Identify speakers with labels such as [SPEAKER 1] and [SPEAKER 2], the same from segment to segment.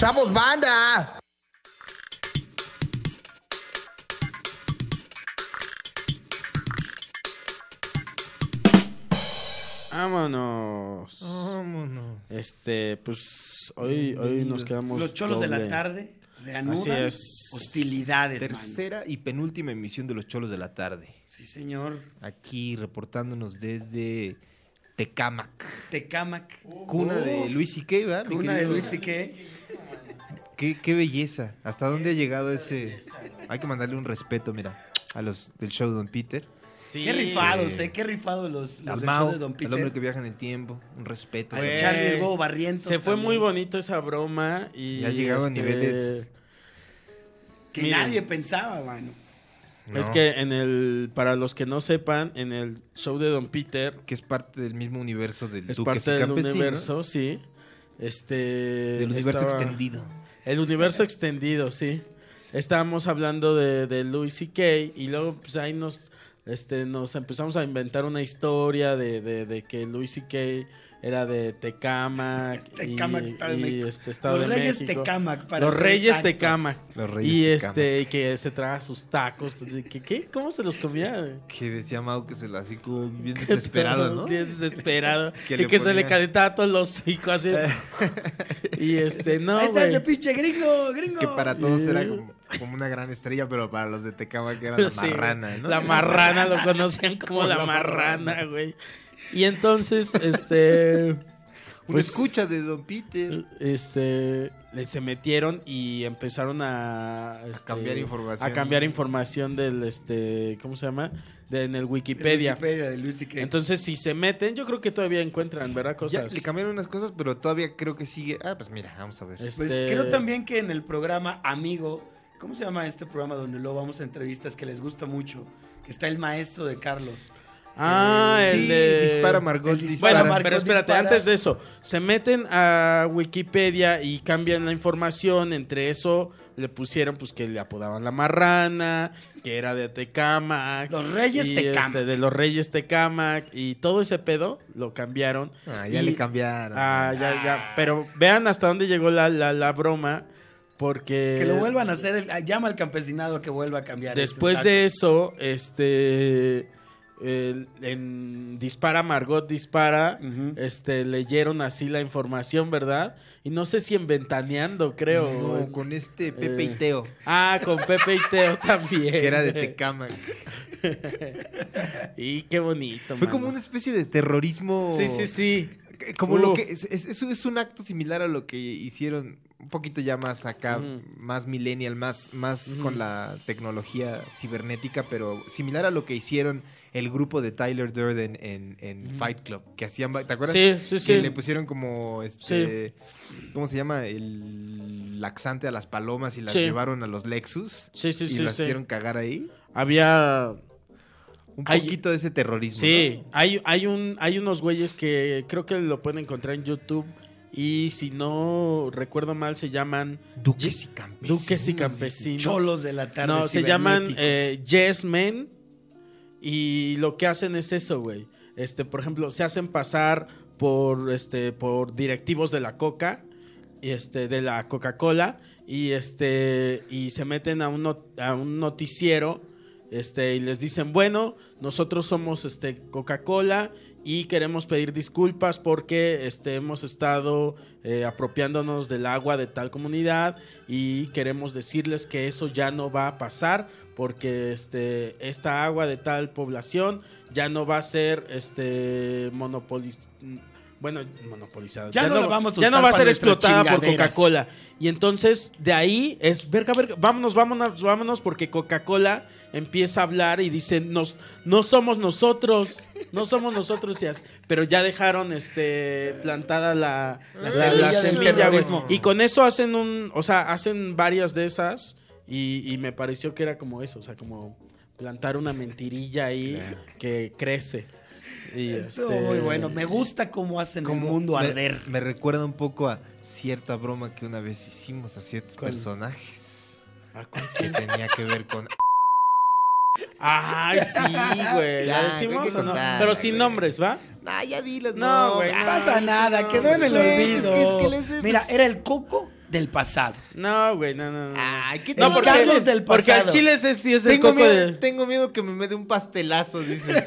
[SPEAKER 1] ¡Somos banda!
[SPEAKER 2] Vámonos.
[SPEAKER 3] Vámonos.
[SPEAKER 2] Este, pues hoy, hoy nos quedamos.
[SPEAKER 4] Los cholos de la
[SPEAKER 2] doble.
[SPEAKER 4] tarde reanudan
[SPEAKER 2] Así es.
[SPEAKER 4] hostilidades, mano.
[SPEAKER 3] Tercera y penúltima emisión de Los Cholos de la Tarde.
[SPEAKER 4] Sí, señor.
[SPEAKER 3] Aquí reportándonos desde Tecamac.
[SPEAKER 4] Tecamac.
[SPEAKER 3] Cuna de Luis Ique, ¿verdad? mi
[SPEAKER 4] Cuna de
[SPEAKER 3] querido?
[SPEAKER 4] Luis y qué.
[SPEAKER 3] Qué, qué belleza. ¿Hasta dónde ha llegado ese...? Hay que mandarle un respeto, mira, a los del show Don Peter.
[SPEAKER 2] Sí.
[SPEAKER 4] Qué rifados, eh. Qué rifados los, los
[SPEAKER 3] Al
[SPEAKER 4] del
[SPEAKER 3] Mao,
[SPEAKER 4] show de Don
[SPEAKER 3] al hombre
[SPEAKER 4] Peter.
[SPEAKER 3] que viaja en el tiempo. Un respeto.
[SPEAKER 4] Al
[SPEAKER 2] Güey.
[SPEAKER 4] Charlie el Huevo Barrientos.
[SPEAKER 2] Se fue
[SPEAKER 4] también.
[SPEAKER 2] muy bonito esa broma y. este,
[SPEAKER 3] Ya ha llegado a niveles-
[SPEAKER 4] Que
[SPEAKER 2] Miren.
[SPEAKER 4] nadie pensaba, mano.
[SPEAKER 3] No,
[SPEAKER 2] Es que en el. Para los que no sepan, en el show de Don Peter.
[SPEAKER 3] Que es parte del mismo universo del
[SPEAKER 2] Es
[SPEAKER 3] Duques
[SPEAKER 2] parte
[SPEAKER 3] y
[SPEAKER 2] del
[SPEAKER 3] Campesinos,
[SPEAKER 2] universo, sí. Este.
[SPEAKER 3] Del universo
[SPEAKER 2] estaba-
[SPEAKER 3] extendido.
[SPEAKER 2] El universo extendido, sí. Estábamos hablando de, de Louis C.K. y luego pues ahí nos, este, nos empezamos a inventar una historia de, de, de que Louis C.K. era de Tecamac.
[SPEAKER 4] Tecamac, Estado de
[SPEAKER 2] y,
[SPEAKER 4] México.
[SPEAKER 2] este, Estado
[SPEAKER 4] Los
[SPEAKER 2] de
[SPEAKER 4] Reyes
[SPEAKER 2] México.
[SPEAKER 4] Tecamac, para
[SPEAKER 2] Los
[SPEAKER 4] ser
[SPEAKER 2] Reyes
[SPEAKER 4] exactos.
[SPEAKER 2] Tecamac.
[SPEAKER 3] Los Reyes
[SPEAKER 2] y
[SPEAKER 3] Tecamac.
[SPEAKER 2] este, y que se traga sus tacos. ¿Qué, qué? ¿Cómo se los comía?
[SPEAKER 3] Que decía Mao que se la así como bien desesperado, ¿no?
[SPEAKER 2] Bien desesperado.
[SPEAKER 3] Que
[SPEAKER 2] y
[SPEAKER 3] le
[SPEAKER 2] que se le
[SPEAKER 3] ponía-
[SPEAKER 2] calentaba todos los hocico así. y este, no,
[SPEAKER 4] Ahí está
[SPEAKER 2] güey.
[SPEAKER 4] ese pinche gringo, gringo.
[SPEAKER 3] Que para todos
[SPEAKER 2] Y-
[SPEAKER 3] era como, como una gran estrella, pero para los de Tecama que era la
[SPEAKER 2] Sí,
[SPEAKER 3] marrana, ¿no?
[SPEAKER 2] La marrana, lo conocían como
[SPEAKER 3] Como
[SPEAKER 2] la,
[SPEAKER 3] la
[SPEAKER 2] marrana,
[SPEAKER 3] marrana.
[SPEAKER 2] güey. Y entonces, este,
[SPEAKER 3] Un
[SPEAKER 2] Pues-
[SPEAKER 3] escucha de Don Peter.
[SPEAKER 2] este, le- se metieron y empezaron a, este,
[SPEAKER 3] cambiar información.
[SPEAKER 2] a cambiar información del, este, ¿cómo se llama? De- en el Wikipedia.
[SPEAKER 4] Wikipedia de Luis y qué.
[SPEAKER 2] Entonces, si se meten, yo creo que todavía encuentran, ¿verdad?
[SPEAKER 3] Ya
[SPEAKER 2] Cosas.
[SPEAKER 3] le cambiaron unas cosas, pero todavía creo que sigue. Ah, pues mira, vamos a ver.
[SPEAKER 2] Este,
[SPEAKER 4] Pues creo también que en el programa Amigo, ¿cómo se llama este programa donde luego vamos a entrevistas que les gusta mucho? Que está el maestro de Carlos.
[SPEAKER 2] Ah, el
[SPEAKER 3] sí,
[SPEAKER 2] de-
[SPEAKER 3] dispara Margot,
[SPEAKER 4] el dispara.
[SPEAKER 2] Bueno,
[SPEAKER 3] dispara.
[SPEAKER 4] Margot
[SPEAKER 2] pero espérate,
[SPEAKER 4] dispara.
[SPEAKER 2] antes de eso, se meten a Wikipedia y cambian la información, entre eso le pusieron pues que le apodaban la marrana, que era de Tecamac.
[SPEAKER 4] Los Reyes
[SPEAKER 2] y,
[SPEAKER 4] Tecamac.
[SPEAKER 2] este, de los Reyes Tecamac y todo ese pedo lo cambiaron.
[SPEAKER 3] Ah, ya
[SPEAKER 2] Y-
[SPEAKER 3] le cambiaron.
[SPEAKER 2] Ah, ya, ya, pero vean hasta dónde llegó la, la, la broma porque
[SPEAKER 4] Que lo vuelvan a hacer, el- ah, llama al campesinado a que vuelva a cambiar.
[SPEAKER 2] Después
[SPEAKER 4] este
[SPEAKER 2] de eso, este. el- en Dispara Margot Dispara,
[SPEAKER 4] Ujú.
[SPEAKER 2] este, leyeron así la información, ¿verdad? Y no sé si en Ventaneando, creo. o
[SPEAKER 3] No,
[SPEAKER 2] en-
[SPEAKER 3] con este Pepe
[SPEAKER 2] Eh.
[SPEAKER 3] y Teo,
[SPEAKER 2] Ah, con Pepe y Teo también.
[SPEAKER 3] que era de Tecama.
[SPEAKER 2] Y qué bonito.
[SPEAKER 3] Fue
[SPEAKER 2] mano.
[SPEAKER 3] como una especie de terrorismo.
[SPEAKER 2] Sí, sí, sí.
[SPEAKER 3] Eh, Como lo
[SPEAKER 2] Uf.
[SPEAKER 3] que es, es- es- es un acto similar a lo que hicieron un poquito ya más acá,
[SPEAKER 2] Ujú.
[SPEAKER 3] más millennial, más, más
[SPEAKER 2] Ujú.
[SPEAKER 3] con la tecnología cibernética, pero similar a lo que hicieron el grupo de Tyler Durden en, en Fight Club, que hacían, va- ¿te acuerdas?
[SPEAKER 2] Sí, sí, sí.
[SPEAKER 3] Que le pusieron como este, ¿cómo se llama? El laxante a las palomas y las
[SPEAKER 2] Sí.
[SPEAKER 3] llevaron a los Lexus
[SPEAKER 2] Sí, sí,
[SPEAKER 3] y
[SPEAKER 2] sí,
[SPEAKER 3] las
[SPEAKER 2] sí.
[SPEAKER 3] hicieron cagar ahí.
[SPEAKER 2] Había.
[SPEAKER 3] Un
[SPEAKER 2] Ay.
[SPEAKER 3] poquito de ese terrorismo.
[SPEAKER 2] Sí,
[SPEAKER 3] ¿no?
[SPEAKER 2] hay, hay, un, hay unos güeyes que creo que lo pueden encontrar en YouTube. Y si no recuerdo mal, se llaman
[SPEAKER 3] Duques y campesinos.
[SPEAKER 2] Duques y Campesinos.
[SPEAKER 4] Cholos de la tarde.
[SPEAKER 2] No, se llaman
[SPEAKER 4] cibernéticos.
[SPEAKER 2] eh, Yes Men. Y lo que hacen es eso, güey. Este, por ejemplo, se hacen pasar por este por directivos de la Coca y este de la Coca-Cola y este y se meten a un not- a un noticiero este y les dicen, "Bueno, nosotros somos este Coca-Cola y queremos pedir disculpas porque este, hemos estado eh, apropiándonos del agua de tal comunidad y queremos decirles que eso ya no va a pasar porque este, esta agua de tal población ya no va a ser este, monopoliz- Bueno, monopolizada.
[SPEAKER 4] Ya no la vamos a
[SPEAKER 2] ya
[SPEAKER 4] usar
[SPEAKER 2] no va a
[SPEAKER 4] para
[SPEAKER 2] ser
[SPEAKER 4] nuestras
[SPEAKER 2] explotada por
[SPEAKER 4] chingaderas.
[SPEAKER 2] Coca-Cola. Y entonces de ahí es, verga, verga, vámonos, vámonos, vámonos, porque Coca-Cola empieza a hablar y dice, nos, no somos nosotros, no somos nosotros, y as- pero ya dejaron este plantada la,
[SPEAKER 4] La
[SPEAKER 2] la-
[SPEAKER 4] semilla
[SPEAKER 2] la
[SPEAKER 4] del
[SPEAKER 2] semilla, güey.
[SPEAKER 4] terrorismo.
[SPEAKER 2] Y con eso hacen un, o sea, hacen varias de esas y, y me pareció que era como eso, o sea, como plantar una mentirilla ahí que crece. Y
[SPEAKER 4] Estuvo
[SPEAKER 2] este-
[SPEAKER 4] muy bueno. Me gusta cómo hacen
[SPEAKER 3] como
[SPEAKER 4] el mundo
[SPEAKER 3] me,
[SPEAKER 4] arder.
[SPEAKER 3] Me recuerda un poco a cierta broma que una vez hicimos a ciertos
[SPEAKER 2] ¿Cuál?
[SPEAKER 3] personajes
[SPEAKER 2] ¿A cuál?
[SPEAKER 3] que tenía que ver con
[SPEAKER 2] Ay, sí, güey. ¿La
[SPEAKER 3] Ya, hay
[SPEAKER 2] decimos
[SPEAKER 3] que
[SPEAKER 2] o no?
[SPEAKER 3] contar,
[SPEAKER 2] Pero sin
[SPEAKER 3] güey.
[SPEAKER 2] nombres, ¿va?
[SPEAKER 3] Ah, ya dilos,
[SPEAKER 2] No, güey,
[SPEAKER 4] No pasa nada, quedó en el
[SPEAKER 3] Güey, pues,
[SPEAKER 4] olvido.
[SPEAKER 3] que es que les-
[SPEAKER 4] Mira,
[SPEAKER 3] pues-
[SPEAKER 4] era el coco del pasado.
[SPEAKER 2] No, güey, no, no, no.
[SPEAKER 3] Ay, ¿qué
[SPEAKER 2] no,
[SPEAKER 4] te
[SPEAKER 2] porque,
[SPEAKER 4] casos del
[SPEAKER 2] porque al
[SPEAKER 4] pasado.
[SPEAKER 2] chile ese sí es el
[SPEAKER 3] Tengo
[SPEAKER 2] coco
[SPEAKER 3] miedo,
[SPEAKER 2] de-
[SPEAKER 3] tengo miedo que me me dé un pastelazo, dices.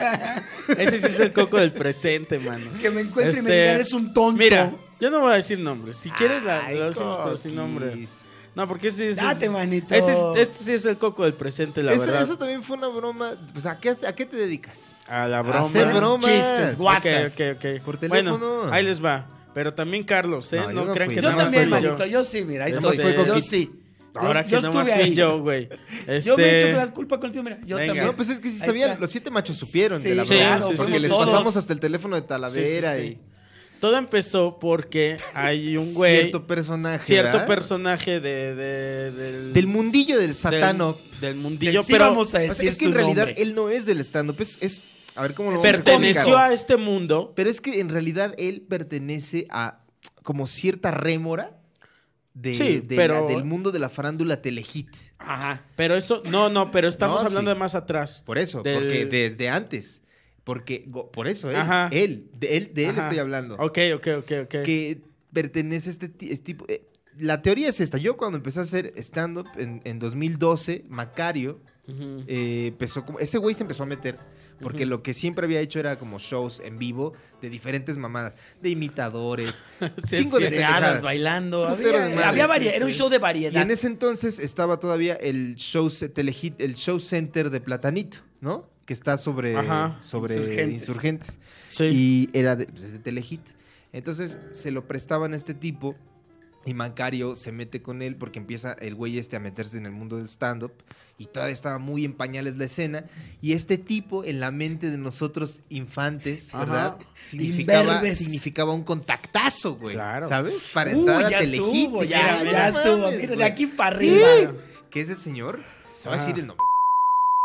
[SPEAKER 2] Ese sí es el coco del presente, mano.
[SPEAKER 4] Que me encuentre y me
[SPEAKER 2] Este,
[SPEAKER 4] diga, eres un tonto.
[SPEAKER 2] Mira, yo no voy a decir nombres. Si quieres, la,
[SPEAKER 3] Ay,
[SPEAKER 2] la hacemos, pero sin nombre.
[SPEAKER 3] coquis.
[SPEAKER 2] No, porque ese es.
[SPEAKER 4] Date, manito.
[SPEAKER 2] Ese es- este sí es el coco del presente, la
[SPEAKER 3] Eso,
[SPEAKER 2] verdad.
[SPEAKER 3] eso también fue una broma. Pues, ¿a, qué, ¿A qué te dedicas?
[SPEAKER 2] A la broma.
[SPEAKER 3] A hacer bromas.
[SPEAKER 4] Chistes, guau.
[SPEAKER 2] Ok,
[SPEAKER 4] guasas.
[SPEAKER 2] ok, ok.
[SPEAKER 3] Por
[SPEAKER 2] Bueno,
[SPEAKER 3] teléfono.
[SPEAKER 2] ahí les va. Pero también Carlos, ¿eh?
[SPEAKER 3] No, yo
[SPEAKER 2] No,
[SPEAKER 3] no
[SPEAKER 2] crean
[SPEAKER 3] fui.
[SPEAKER 2] que
[SPEAKER 4] yo
[SPEAKER 2] nada más
[SPEAKER 4] también,
[SPEAKER 2] soy yo.
[SPEAKER 4] manito, yo sí, mira, ahí
[SPEAKER 2] Yo
[SPEAKER 4] estoy.
[SPEAKER 2] no sé.
[SPEAKER 4] Yo sí.
[SPEAKER 2] Ahora
[SPEAKER 4] Yo-
[SPEAKER 2] que
[SPEAKER 4] yo
[SPEAKER 2] nada más
[SPEAKER 4] estuve
[SPEAKER 2] fui
[SPEAKER 4] ahí.
[SPEAKER 2] yo, güey.
[SPEAKER 4] Yo me he
[SPEAKER 2] Este,
[SPEAKER 4] hecho la culpa contigo, mira, yo
[SPEAKER 2] Venga.
[SPEAKER 4] también.
[SPEAKER 3] No, pues es que si
[SPEAKER 4] Ahí
[SPEAKER 3] sabían,
[SPEAKER 4] está.
[SPEAKER 3] los siete machos supieron
[SPEAKER 4] Sí,
[SPEAKER 3] de la
[SPEAKER 2] sí,
[SPEAKER 3] broma.
[SPEAKER 2] sí, sí,
[SPEAKER 3] porque
[SPEAKER 2] sí,
[SPEAKER 3] les
[SPEAKER 2] todos.
[SPEAKER 3] pasamos hasta el teléfono de
[SPEAKER 2] Sí, sí,
[SPEAKER 3] Talavera
[SPEAKER 2] sí. Todo empezó porque hay
[SPEAKER 3] y
[SPEAKER 2] un güey,
[SPEAKER 3] cierto
[SPEAKER 2] cierto,
[SPEAKER 3] personaje. ¿verdad?
[SPEAKER 2] personaje de, de- del,
[SPEAKER 3] Del mundillo del satano.
[SPEAKER 2] del, del mundillo,
[SPEAKER 4] Que sí
[SPEAKER 2] pero
[SPEAKER 4] vamos a
[SPEAKER 3] O sea,
[SPEAKER 4] decir
[SPEAKER 3] es que en
[SPEAKER 4] su
[SPEAKER 3] realidad
[SPEAKER 4] nombre.
[SPEAKER 3] él no es del stand-up. Es, es- A ver cómo lo vamos a
[SPEAKER 2] perteneció
[SPEAKER 3] explicar?
[SPEAKER 2] a este mundo.
[SPEAKER 3] Pero es que en realidad él pertenece a como cierta rémora de,
[SPEAKER 2] Sí,
[SPEAKER 3] de
[SPEAKER 2] pero-
[SPEAKER 3] la- del mundo de la farándula telehit.
[SPEAKER 4] Ajá.
[SPEAKER 2] Pero eso, no, no, pero estamos
[SPEAKER 3] No,
[SPEAKER 2] hablando
[SPEAKER 3] sí.
[SPEAKER 2] de más atrás.
[SPEAKER 3] Por eso,
[SPEAKER 2] Del-
[SPEAKER 3] porque desde antes. Porque, go- por eso, él,
[SPEAKER 2] Ajá.
[SPEAKER 3] él, de él, de él
[SPEAKER 2] Ajá.
[SPEAKER 3] estoy hablando.
[SPEAKER 2] Ok, ok, ok, ok.
[SPEAKER 3] que eh, pertenece a este, ti- este tipo. eh, la teoría es esta. Yo cuando empecé a hacer stand-up en, en 2012, Macario
[SPEAKER 2] Ujú.
[SPEAKER 3] eh, empezó como. Ese güey se empezó a meter. Porque
[SPEAKER 2] Ujú.
[SPEAKER 3] lo que siempre había hecho era como shows en vivo de diferentes mamadas. De imitadores.
[SPEAKER 2] Sí,
[SPEAKER 3] chingo
[SPEAKER 2] sí,
[SPEAKER 3] de
[SPEAKER 4] De hadas
[SPEAKER 3] pendejadas.
[SPEAKER 4] bailando.
[SPEAKER 3] Putero
[SPEAKER 4] Había,
[SPEAKER 3] de madre.
[SPEAKER 4] había
[SPEAKER 2] Sí,
[SPEAKER 4] varie-
[SPEAKER 2] sí,
[SPEAKER 4] Era un
[SPEAKER 2] sí.
[SPEAKER 4] show de
[SPEAKER 3] Y
[SPEAKER 4] variedad.
[SPEAKER 3] en ese entonces estaba todavía el show, ce- telehit, el show center de Platanito, ¿no? Que está sobre,
[SPEAKER 2] Ajá.
[SPEAKER 3] sobre
[SPEAKER 4] Insurgentes.
[SPEAKER 3] insurgentes.
[SPEAKER 2] Sí.
[SPEAKER 3] Y era de, pues, es de Telehit. Entonces se lo prestaban a este tipo y Mancario se mete con él porque empieza el güey este a meterse en el mundo del stand-up y todavía estaba muy en pañales la escena. Y este tipo en la mente de nosotros infantes,
[SPEAKER 2] Ajá.
[SPEAKER 3] ¿verdad? Significaba,
[SPEAKER 4] Imberbes.
[SPEAKER 3] significaba un contactactazo, güey.
[SPEAKER 2] Claro.
[SPEAKER 3] ¿Sabes? Para
[SPEAKER 4] Uh,
[SPEAKER 3] entrar
[SPEAKER 4] ya
[SPEAKER 3] a Telehit.
[SPEAKER 4] estuvo,
[SPEAKER 3] Dije, "No
[SPEAKER 4] ya, ya
[SPEAKER 3] mames,
[SPEAKER 4] estuvo.
[SPEAKER 3] güey".
[SPEAKER 4] Mira, de aquí para
[SPEAKER 3] Sí.
[SPEAKER 4] arriba.
[SPEAKER 3] ¿Qué es el señor? Se va a
[SPEAKER 2] Ajá.
[SPEAKER 3] decir el nombre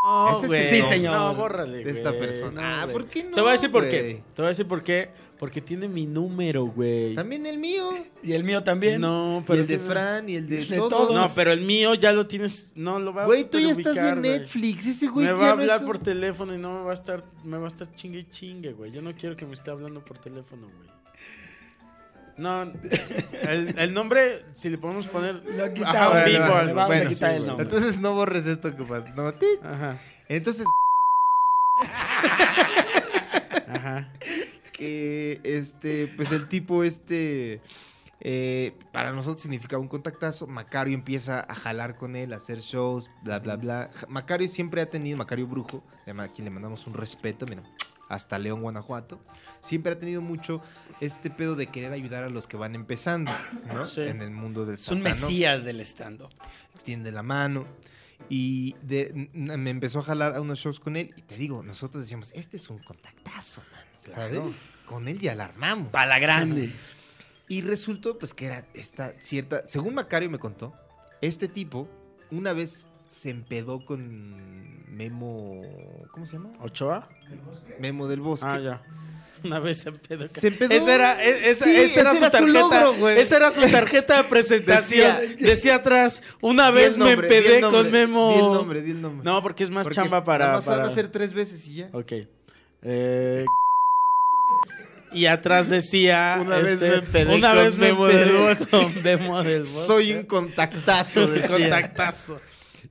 [SPEAKER 2] No,
[SPEAKER 3] Ese sí,
[SPEAKER 2] güey.
[SPEAKER 4] sí, señor.
[SPEAKER 2] No, bórrale.
[SPEAKER 3] de esta
[SPEAKER 2] güey.
[SPEAKER 3] persona.
[SPEAKER 2] No,
[SPEAKER 3] Ah,
[SPEAKER 2] güey.
[SPEAKER 3] ¿por qué no?
[SPEAKER 2] Te voy a decir por
[SPEAKER 3] güey?
[SPEAKER 2] qué. Te voy a decir por qué. Porque tiene mi número, güey.
[SPEAKER 3] También el mío.
[SPEAKER 4] Y el mío también.
[SPEAKER 3] Y
[SPEAKER 2] No, pero.
[SPEAKER 3] el de
[SPEAKER 2] tiene-
[SPEAKER 3] Fran y el de,
[SPEAKER 4] El de
[SPEAKER 3] todos.
[SPEAKER 4] todos.
[SPEAKER 2] No, pero el mío ya lo tienes. No, lo va a
[SPEAKER 3] Güey, tú ya estás
[SPEAKER 2] ubicar,
[SPEAKER 3] en
[SPEAKER 2] güey.
[SPEAKER 3] Netflix. Ese güey
[SPEAKER 2] me
[SPEAKER 3] ya
[SPEAKER 2] va a
[SPEAKER 3] no
[SPEAKER 2] hablar
[SPEAKER 3] es un-
[SPEAKER 2] por teléfono y no me va a estar, me va a estar chingue y chingue, güey. Yo no quiero que me esté hablando por teléfono, güey. No, el, el nombre, si le podemos poner
[SPEAKER 4] Lo
[SPEAKER 2] Ajá,
[SPEAKER 4] quitamos.
[SPEAKER 2] vivo,
[SPEAKER 4] le
[SPEAKER 2] algo,
[SPEAKER 4] vamos
[SPEAKER 2] bueno,
[SPEAKER 4] a quitar
[SPEAKER 2] sí,
[SPEAKER 4] el
[SPEAKER 2] güey.
[SPEAKER 4] nombre.
[SPEAKER 3] Entonces no borres esto que pasa. No, ti.
[SPEAKER 2] Ajá,
[SPEAKER 3] Entonces,
[SPEAKER 2] ajá.
[SPEAKER 3] que este, pues el tipo este. eh, para nosotros significaba un contactazo. Macario empieza a jalar con él, a hacer shows, bla, bla, bla. Ja- Macario siempre ha tenido, Macario Brujo, le ma- a quien le mandamos un respeto, mira, hasta León, Guanajuato. Siempre ha tenido mucho este pedo de querer ayudar a los que van empezando, ¿no?
[SPEAKER 2] Sí.
[SPEAKER 3] En el mundo del
[SPEAKER 4] Es un
[SPEAKER 2] Ah,
[SPEAKER 3] satano.
[SPEAKER 4] mesías del stand-up.
[SPEAKER 3] extiende la mano. Y de- n- n- me empezó a jalar a unos shows con él. Y te digo, nosotros decíamos, este es un contactazo, mano. ¿Sabes? Con él ya la armamos.
[SPEAKER 4] Para la grande.
[SPEAKER 3] Y resultó, pues, que era esta cierta. Según Macario me contó, este tipo una vez se empedó con Memo. ¿Cómo se llama?
[SPEAKER 2] ¿Ochoa?
[SPEAKER 3] Memo del Bosque.
[SPEAKER 2] Ah, ya. Una vez se empedó.
[SPEAKER 3] Se empedó.
[SPEAKER 2] Esa era, e- esa,
[SPEAKER 3] Sí,
[SPEAKER 2] esa
[SPEAKER 3] ese
[SPEAKER 2] era su
[SPEAKER 3] era su
[SPEAKER 2] tarjeta.
[SPEAKER 3] logro, güey.
[SPEAKER 2] esa era su tarjeta de presentación. Decía,
[SPEAKER 3] Decía-
[SPEAKER 2] atrás, una
[SPEAKER 3] Di el
[SPEAKER 2] vez
[SPEAKER 3] nombre,
[SPEAKER 2] me
[SPEAKER 3] di el
[SPEAKER 2] empedé
[SPEAKER 3] nombre,
[SPEAKER 2] con Memo.
[SPEAKER 3] Di el nombre, di el nombre.
[SPEAKER 2] No, porque es más
[SPEAKER 3] Porque
[SPEAKER 2] chamba para.
[SPEAKER 3] Nada más van
[SPEAKER 2] para-
[SPEAKER 3] a hacer tres veces y ya.
[SPEAKER 2] Ok. Eh, y atrás decía. este,
[SPEAKER 3] Una vez me empedé
[SPEAKER 2] Una
[SPEAKER 3] con
[SPEAKER 2] vez me
[SPEAKER 3] Memo del
[SPEAKER 2] empedé
[SPEAKER 3] Bosque.
[SPEAKER 2] con Memo del Bosque.
[SPEAKER 3] Soy un contactazo,
[SPEAKER 2] Un
[SPEAKER 3] decía.
[SPEAKER 2] contactazo.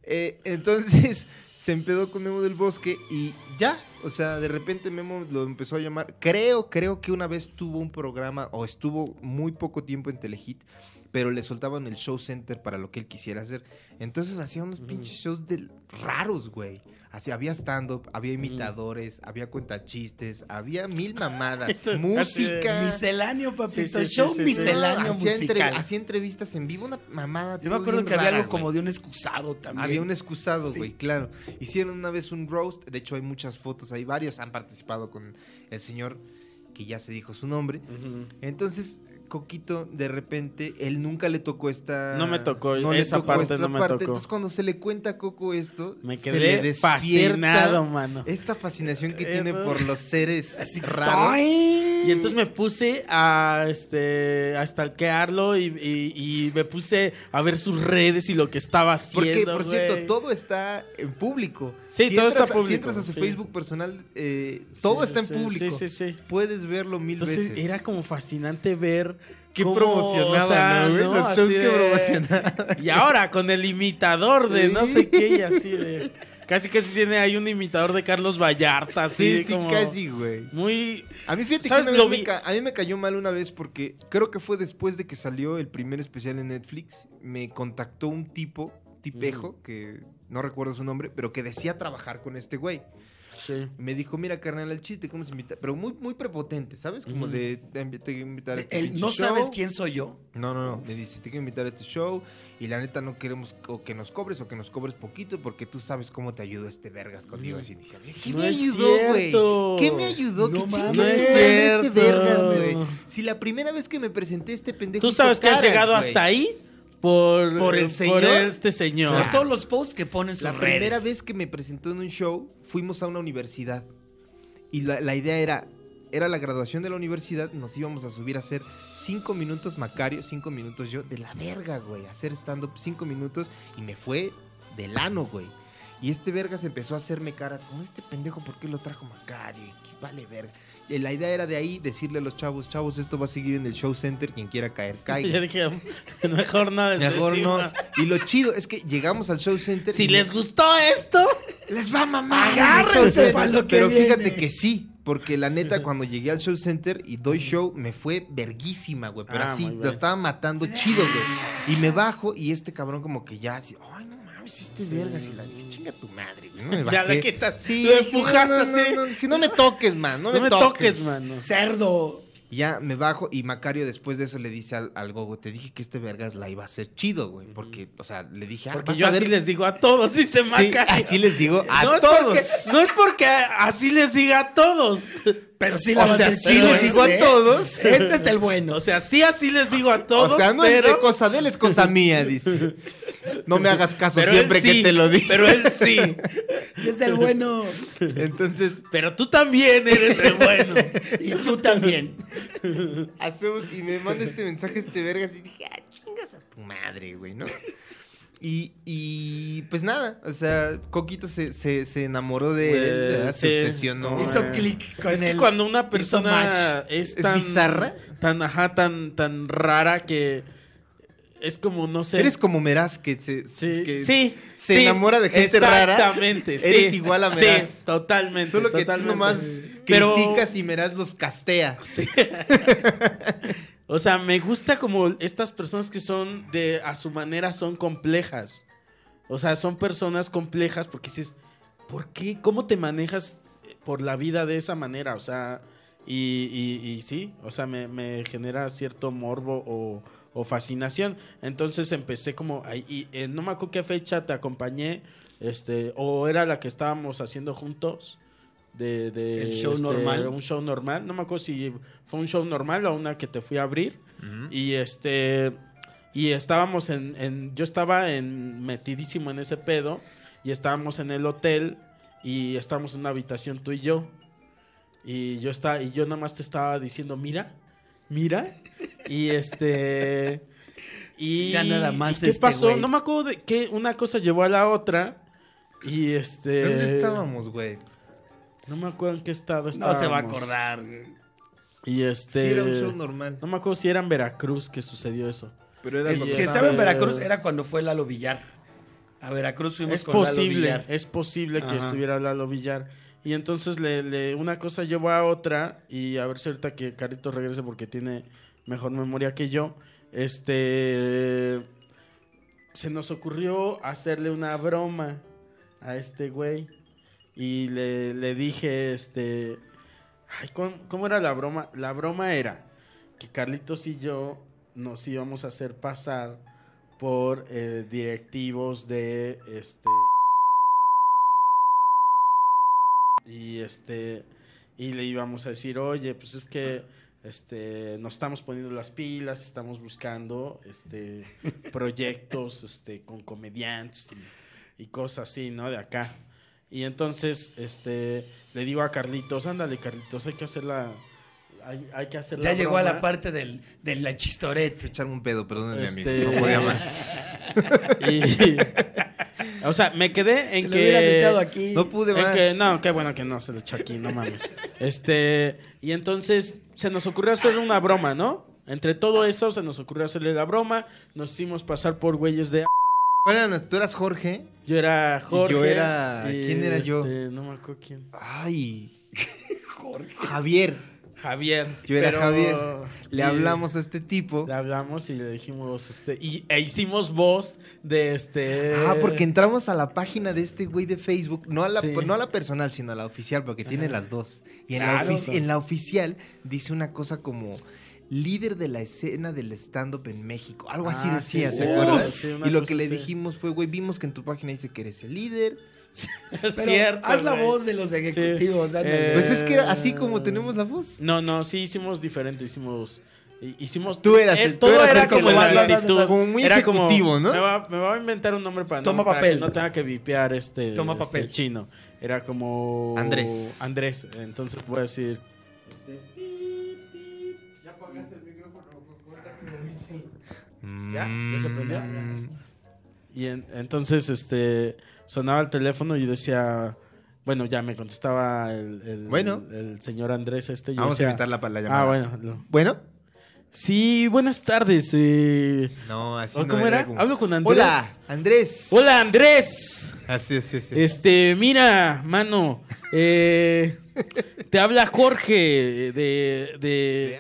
[SPEAKER 3] Eh, entonces se empedó con Memo del Bosque y ya, o sea, de repente Memo lo empezó a llamar. Creo, creo que una vez tuvo un programa o estuvo muy poco tiempo en Telehit, pero le soltaban el show center para lo que él quisiera hacer. Entonces hacía unos
[SPEAKER 2] Ujú.
[SPEAKER 3] pinches shows de raros, güey. Así, había stand-up, había imitadores, había cuentachistes, había mil mamadas,
[SPEAKER 2] Eso, así de-
[SPEAKER 3] música.
[SPEAKER 4] Misceláneo, papito.
[SPEAKER 2] Sí, sí, sí,
[SPEAKER 4] Show
[SPEAKER 2] sí, sí.
[SPEAKER 3] No,
[SPEAKER 4] misceláneo
[SPEAKER 3] hacía, entre-
[SPEAKER 4] musical.
[SPEAKER 3] hacía entrevistas en vivo, una mamada.
[SPEAKER 4] Yo me
[SPEAKER 3] todo
[SPEAKER 4] acuerdo
[SPEAKER 3] bien
[SPEAKER 4] que había
[SPEAKER 3] rara,
[SPEAKER 4] algo
[SPEAKER 3] güey.
[SPEAKER 4] como de un excusado también.
[SPEAKER 3] Había un excusado,
[SPEAKER 4] Sí.
[SPEAKER 3] güey, claro. Hicieron una vez un roast, de hecho hay muchas fotos, hay varios, han participado con el señor que ya se dijo su nombre.
[SPEAKER 2] Ujú.
[SPEAKER 3] Entonces, Coquito, de repente, él nunca le tocó esta...
[SPEAKER 2] No me tocó,
[SPEAKER 3] le
[SPEAKER 2] esa parte no me tocó.
[SPEAKER 3] Entonces, cuando se le cuenta a Coco esto,
[SPEAKER 2] Me
[SPEAKER 3] se
[SPEAKER 2] quedé
[SPEAKER 3] le despierta
[SPEAKER 2] fascinado, mano.
[SPEAKER 3] Esta fascinación que
[SPEAKER 2] Eh,
[SPEAKER 3] tiene
[SPEAKER 2] no.
[SPEAKER 3] por los seres
[SPEAKER 4] Así,
[SPEAKER 3] raros.
[SPEAKER 2] Y entonces me puse a este a stalkearlo y, y- y me puse a ver sus redes y lo que estaba haciendo.
[SPEAKER 3] Porque, por
[SPEAKER 2] güey.
[SPEAKER 3] cierto, todo está en público.
[SPEAKER 2] Sí, todo
[SPEAKER 3] entras
[SPEAKER 2] está
[SPEAKER 3] a- Si
[SPEAKER 2] público,
[SPEAKER 3] entras a su
[SPEAKER 2] sí.
[SPEAKER 3] Facebook personal, eh,
[SPEAKER 2] Sí,
[SPEAKER 3] todo
[SPEAKER 2] sí,
[SPEAKER 3] está en
[SPEAKER 2] sí,
[SPEAKER 3] público.
[SPEAKER 2] Sí, sí, sí.
[SPEAKER 3] Puedes verlo mil
[SPEAKER 2] Entonces
[SPEAKER 3] veces.
[SPEAKER 2] era como fascinante ver
[SPEAKER 3] Qué
[SPEAKER 2] cómo,
[SPEAKER 3] promocionaba,
[SPEAKER 2] o sea,
[SPEAKER 3] ¿no, güey?
[SPEAKER 2] no,
[SPEAKER 3] Los shows
[SPEAKER 2] así
[SPEAKER 3] que
[SPEAKER 2] de-
[SPEAKER 3] promocionaba.
[SPEAKER 2] Y ahora con el imitador de no sé qué y así de. Casi casi tiene ahí un imitador de Carlos Vallarta, así
[SPEAKER 3] Sí, sí,
[SPEAKER 2] como
[SPEAKER 3] casi, güey.
[SPEAKER 2] Muy.
[SPEAKER 3] A mí fíjate que
[SPEAKER 2] ¿Sabes?
[SPEAKER 3] una vez
[SPEAKER 2] Lo
[SPEAKER 3] me
[SPEAKER 2] vi-
[SPEAKER 3] ca- a mí me cayó mal una vez porque creo que fue después de que salió el primer especial en Netflix, me contactó un tipo, tipejo, que no recuerdo su nombre, pero que decía trabajar con este güey.
[SPEAKER 2] Sí.
[SPEAKER 3] Me dijo, mira, carnal, al chiste, ¿cómo se invita? Pero muy, muy prepotente, ¿sabes? Como
[SPEAKER 2] Ujú.
[SPEAKER 3] de, te te quiero invitar a este
[SPEAKER 4] El,
[SPEAKER 3] pinche
[SPEAKER 4] no
[SPEAKER 3] show".
[SPEAKER 4] sabes quién soy yo.
[SPEAKER 3] No, no, no. Me dice, te quiero invitar a este show y la neta no queremos o que nos cobres o que nos cobres poquito porque tú sabes cómo te ayudó este vergas conmigo
[SPEAKER 2] Mm.
[SPEAKER 3] ese inicial. ¿Qué
[SPEAKER 2] No
[SPEAKER 3] me
[SPEAKER 2] es
[SPEAKER 3] ayudó, güey?
[SPEAKER 2] cierto.
[SPEAKER 3] ¿Qué me ayudó?
[SPEAKER 4] No
[SPEAKER 3] ¿Qué
[SPEAKER 4] mames.
[SPEAKER 3] chingas
[SPEAKER 2] No
[SPEAKER 3] fue
[SPEAKER 2] es
[SPEAKER 3] ese
[SPEAKER 2] cierto.
[SPEAKER 3] vergas, güey? Si la primera vez que me presenté este pendejo
[SPEAKER 2] Tú
[SPEAKER 3] hizo
[SPEAKER 2] sabes que has
[SPEAKER 3] caras,
[SPEAKER 2] llegado
[SPEAKER 3] güey.
[SPEAKER 2] hasta ahí por,
[SPEAKER 3] ¿Por el señor?
[SPEAKER 2] este señor.
[SPEAKER 4] Por todos los posts que ponen sus
[SPEAKER 3] La
[SPEAKER 4] redes.
[SPEAKER 3] primera vez que me presentó en un show, fuimos a una universidad. Y la, la idea era, era la graduación de la universidad, nos íbamos a subir a hacer cinco minutos Macario, cinco minutos yo, de la verga, güey. a Hacer stand-up cinco minutos y me fue del ano, güey. Y este vergas empezó a hacerme caras, como este pendejo, ¿por qué lo trajo Macario? Y que Vale verga. Y la idea era de ahí decirle a los chavos, chavos, esto va a seguir en el show center, quien quiera caer,
[SPEAKER 2] Yo
[SPEAKER 3] caiga.
[SPEAKER 2] dije, mejor no. desde
[SPEAKER 3] Mejor no.
[SPEAKER 2] encima.
[SPEAKER 3] Y lo chido es que llegamos al show center.
[SPEAKER 2] Si
[SPEAKER 3] y-
[SPEAKER 2] les gustó esto,
[SPEAKER 3] les va a mamar.
[SPEAKER 4] Agárrense
[SPEAKER 3] el show center.
[SPEAKER 4] pa' lo que
[SPEAKER 3] Pero
[SPEAKER 4] viene.
[SPEAKER 3] fíjate que sí. Porque la neta, cuando llegué al show center y doy show, me fue verguísima, güey. Pero
[SPEAKER 2] Ah,
[SPEAKER 3] así,
[SPEAKER 2] muy
[SPEAKER 3] lo
[SPEAKER 2] bien.
[SPEAKER 3] estaba matando chido, güey. Y me bajo y este cabrón como que ya así, ay, no mames, este es vergas. Y la dije, chinga tu madre, güey. No me
[SPEAKER 2] ya la
[SPEAKER 3] bajé.
[SPEAKER 2] quitas.
[SPEAKER 3] Sí,
[SPEAKER 2] lo
[SPEAKER 3] dije,
[SPEAKER 2] empujaste
[SPEAKER 3] no, no,
[SPEAKER 2] así.
[SPEAKER 3] No, no, dije, "No me toques, man, no me, toques,
[SPEAKER 2] mano.
[SPEAKER 4] Cerdo.
[SPEAKER 3] Y Ya me bajo y Macario después de eso le dice al, al Gogo, te dije que este vergas la iba a hacer chido, güey. Porque, o sea, le dije, ah,
[SPEAKER 2] Porque
[SPEAKER 3] vas
[SPEAKER 2] yo
[SPEAKER 3] a
[SPEAKER 2] así
[SPEAKER 3] ver-
[SPEAKER 2] les digo a todos, dice
[SPEAKER 3] Sí,
[SPEAKER 2] Maca.
[SPEAKER 3] así les digo a
[SPEAKER 2] no, es
[SPEAKER 3] todos.
[SPEAKER 2] porque, no es porque así les diga a todos.
[SPEAKER 4] Pero sí
[SPEAKER 3] O
[SPEAKER 4] la
[SPEAKER 3] sea,
[SPEAKER 4] vas
[SPEAKER 3] ¿eh? sí les digo a todos.
[SPEAKER 4] Este es el bueno.
[SPEAKER 2] O sea, sí así les digo a todos,
[SPEAKER 3] o sea, no
[SPEAKER 2] pero,
[SPEAKER 3] es de cosa de él, es cosa mía, dice. No me hagas caso
[SPEAKER 2] pero él
[SPEAKER 3] siempre que
[SPEAKER 2] sí,
[SPEAKER 3] te lo digo.
[SPEAKER 2] Pero él sí.
[SPEAKER 4] Es del bueno.
[SPEAKER 3] Entonces,
[SPEAKER 2] Pero tú también eres el bueno.
[SPEAKER 4] Y tú también.
[SPEAKER 3] hacemos y me manda este mensaje este vergas y dije, ah, chingas a tu madre, güey, ¿no? Y, y pues nada, o sea, Coquito se, se, se enamoró de él,
[SPEAKER 2] Eh,
[SPEAKER 3] ¿verdad? se
[SPEAKER 2] sí.
[SPEAKER 3] obsesionó.
[SPEAKER 2] No,
[SPEAKER 4] Hizo
[SPEAKER 2] eh.
[SPEAKER 4] clic con
[SPEAKER 2] Es que
[SPEAKER 4] él.
[SPEAKER 2] cuando una
[SPEAKER 4] match.
[SPEAKER 2] persona es
[SPEAKER 3] ¿Es
[SPEAKER 2] tan
[SPEAKER 3] bizarra?
[SPEAKER 2] tan ajá, tan tan rara que es como no sé.
[SPEAKER 3] Eres como Meraz, que se,
[SPEAKER 2] Sí,
[SPEAKER 3] que
[SPEAKER 2] sí,
[SPEAKER 3] se
[SPEAKER 2] sí,
[SPEAKER 3] enamora de gente rara.
[SPEAKER 2] Exactamente, sí.
[SPEAKER 3] Eres igual a Meraz.
[SPEAKER 2] Sí, totalmente.
[SPEAKER 3] Solo que tú
[SPEAKER 2] totalmente.
[SPEAKER 3] nomás
[SPEAKER 2] Pero-
[SPEAKER 3] criticas y Meraz los castea.
[SPEAKER 2] O sea, me gusta como estas personas que son de a su manera son complejas. O sea, son personas complejas porque dices, ¿por qué? ¿Cómo te manejas por la vida de esa manera? O sea, y, y- y sí, o sea, me, me genera cierto morbo o, o fascinación. Entonces empecé como, ahí- y, eh, no me acuerdo qué fecha te acompañé, este, o era la que estábamos haciendo juntos. De, de,
[SPEAKER 4] El show
[SPEAKER 2] este,
[SPEAKER 4] normal.
[SPEAKER 2] Un show normal. No me acuerdo si fue un show normal o una que te fui a abrir. Y este. Y estábamos en. en- yo estaba en, metidísimo en ese pedo. Y estábamos en el hotel. Y estábamos en una habitación tú y yo. Y yo estaba. Y yo nada más te estaba diciendo, mira, mira. Y este. Y.
[SPEAKER 4] Mira nada más
[SPEAKER 2] ¿y ¿Qué
[SPEAKER 4] este
[SPEAKER 2] pasó?
[SPEAKER 4] güey.
[SPEAKER 2] No me acuerdo de qué. Una cosa llevó a la otra. Y este.
[SPEAKER 3] ¿Dónde estábamos, güey?
[SPEAKER 2] No me acuerdo en qué estado
[SPEAKER 4] No
[SPEAKER 2] estábamos.
[SPEAKER 4] se va a acordar.
[SPEAKER 2] Y
[SPEAKER 3] Sí,
[SPEAKER 2] este.
[SPEAKER 3] era un show normal.
[SPEAKER 2] No me acuerdo si era en Veracruz que sucedió eso.
[SPEAKER 3] Pero era
[SPEAKER 4] Es-
[SPEAKER 3] lo que
[SPEAKER 4] si estaba en
[SPEAKER 2] Ver-
[SPEAKER 4] Veracruz era cuando fue Lalo Villar. A Veracruz fuimos
[SPEAKER 2] Es
[SPEAKER 4] con Lalo
[SPEAKER 2] posible,
[SPEAKER 4] Villar.
[SPEAKER 2] es posible que
[SPEAKER 4] Ajá.
[SPEAKER 2] estuviera Lalo Villar. Y entonces le, le- una cosa llevó a otra y a ver si ahorita que Carito regrese porque tiene mejor memoria que yo. Este se nos ocurrió hacerle una broma a este güey y le, le dije este ay, ¿cómo, cómo era la broma? La broma era que Carlitos y yo nos íbamos a hacer pasar por eh, directivos de este y este y le íbamos a decir oye pues es que este nos estamos poniendo las pilas estamos buscando este proyectos este con comediantes y, y cosas así no de acá y entonces este le digo a Carlitos ándale Carlitos hay que hacerla hay, hay que hacer
[SPEAKER 4] Ya
[SPEAKER 2] la
[SPEAKER 4] llegó a la
[SPEAKER 2] broma".
[SPEAKER 4] parte del, del la chistorete.
[SPEAKER 3] Echarme un pedo, perdónenme,
[SPEAKER 2] Este-
[SPEAKER 3] amigo. No podía más.
[SPEAKER 2] Y- o sea, me quedé en
[SPEAKER 4] Te lo
[SPEAKER 2] que.
[SPEAKER 4] hubieras echado aquí.
[SPEAKER 3] No pude
[SPEAKER 2] en
[SPEAKER 3] más.
[SPEAKER 2] Eh, que- no, qué bueno que no se lo echó aquí, no mames. Este. Y entonces se nos ocurrió hacer una broma, ¿no? Entre todo eso se nos ocurrió hacerle la broma, nos hicimos pasar por güeyes de...
[SPEAKER 3] Bueno, tú eras Jorge.
[SPEAKER 2] Yo era Jorge.
[SPEAKER 3] yo
[SPEAKER 2] este,
[SPEAKER 3] era- ¿quién era yo?
[SPEAKER 2] No me acuerdo quién.
[SPEAKER 3] Ay,
[SPEAKER 4] Jorge.
[SPEAKER 3] Javier.
[SPEAKER 2] Javier.
[SPEAKER 3] Yo era
[SPEAKER 2] pero-
[SPEAKER 3] Javier. Le
[SPEAKER 2] y
[SPEAKER 3] hablamos a este tipo.
[SPEAKER 2] Le hablamos y le dijimos, este, y, e hicimos voz de este...
[SPEAKER 3] Ah, porque entramos a la página de este güey de Facebook, no a la,
[SPEAKER 2] Sí.
[SPEAKER 3] no a la personal, sino a la oficial, porque tiene
[SPEAKER 2] Ajá.
[SPEAKER 3] las dos. Y en,
[SPEAKER 2] Claro.
[SPEAKER 3] la ofici- en la oficial dice una cosa como líder de la escena del stand-up en México. Algo así
[SPEAKER 2] Ah,
[SPEAKER 3] decía,
[SPEAKER 2] sí,
[SPEAKER 3] ¿te
[SPEAKER 2] sí.
[SPEAKER 3] acuerdas?
[SPEAKER 2] Sí, una
[SPEAKER 3] y lo
[SPEAKER 2] cosa
[SPEAKER 3] que le
[SPEAKER 2] así.
[SPEAKER 3] dijimos fue, güey, vimos que en tu página dice que eres el líder.
[SPEAKER 2] Es
[SPEAKER 4] Pero
[SPEAKER 2] cierto.
[SPEAKER 4] Haz la
[SPEAKER 2] güey.
[SPEAKER 4] voz de los ejecutivos.
[SPEAKER 2] Sí.
[SPEAKER 4] ándale.
[SPEAKER 2] Eh,
[SPEAKER 3] Pues es que era así como tenemos la voz.
[SPEAKER 2] No, no, sí hicimos diferente, hicimos... hi- Hicimos... eh,
[SPEAKER 3] Tú eras el- tú
[SPEAKER 2] todo
[SPEAKER 3] eras
[SPEAKER 2] era
[SPEAKER 3] el que
[SPEAKER 2] como
[SPEAKER 4] lo
[SPEAKER 2] la
[SPEAKER 4] hacía.
[SPEAKER 2] actitud.
[SPEAKER 3] Como muy
[SPEAKER 2] era
[SPEAKER 3] ejecutivo,
[SPEAKER 2] como,
[SPEAKER 3] ¿no?
[SPEAKER 2] Me va, me va a inventar un nombre para,
[SPEAKER 4] Toma
[SPEAKER 2] no, para
[SPEAKER 4] papel.
[SPEAKER 2] que no tenga que vipear este,
[SPEAKER 4] Toma
[SPEAKER 2] este
[SPEAKER 4] papel.
[SPEAKER 2] chino. Era como...
[SPEAKER 3] Andrés.
[SPEAKER 2] Andrés. Entonces voy a decir... "Este, ¿Ya? ¿Ya se prendió?
[SPEAKER 3] Mm.
[SPEAKER 2] Y en- entonces este sonaba el teléfono y yo decía, bueno, ya me contestaba el, el-
[SPEAKER 3] Bueno.
[SPEAKER 2] el, señor Andrés este. y Yo
[SPEAKER 3] Vamos a
[SPEAKER 2] decía,
[SPEAKER 3] evitar la, la llamada.
[SPEAKER 2] Ah, bueno. lo-
[SPEAKER 3] ¿Bueno?
[SPEAKER 2] Sí, buenas tardes. eh,
[SPEAKER 3] No, así
[SPEAKER 2] ¿Cómo
[SPEAKER 3] no
[SPEAKER 2] era?
[SPEAKER 3] como-
[SPEAKER 2] Hablo con Andrés.
[SPEAKER 3] Hola, Andrés.
[SPEAKER 2] Hola, Andrés.
[SPEAKER 3] Así, así, así.
[SPEAKER 2] Este, mira, mano, eh, te habla Jorge de... de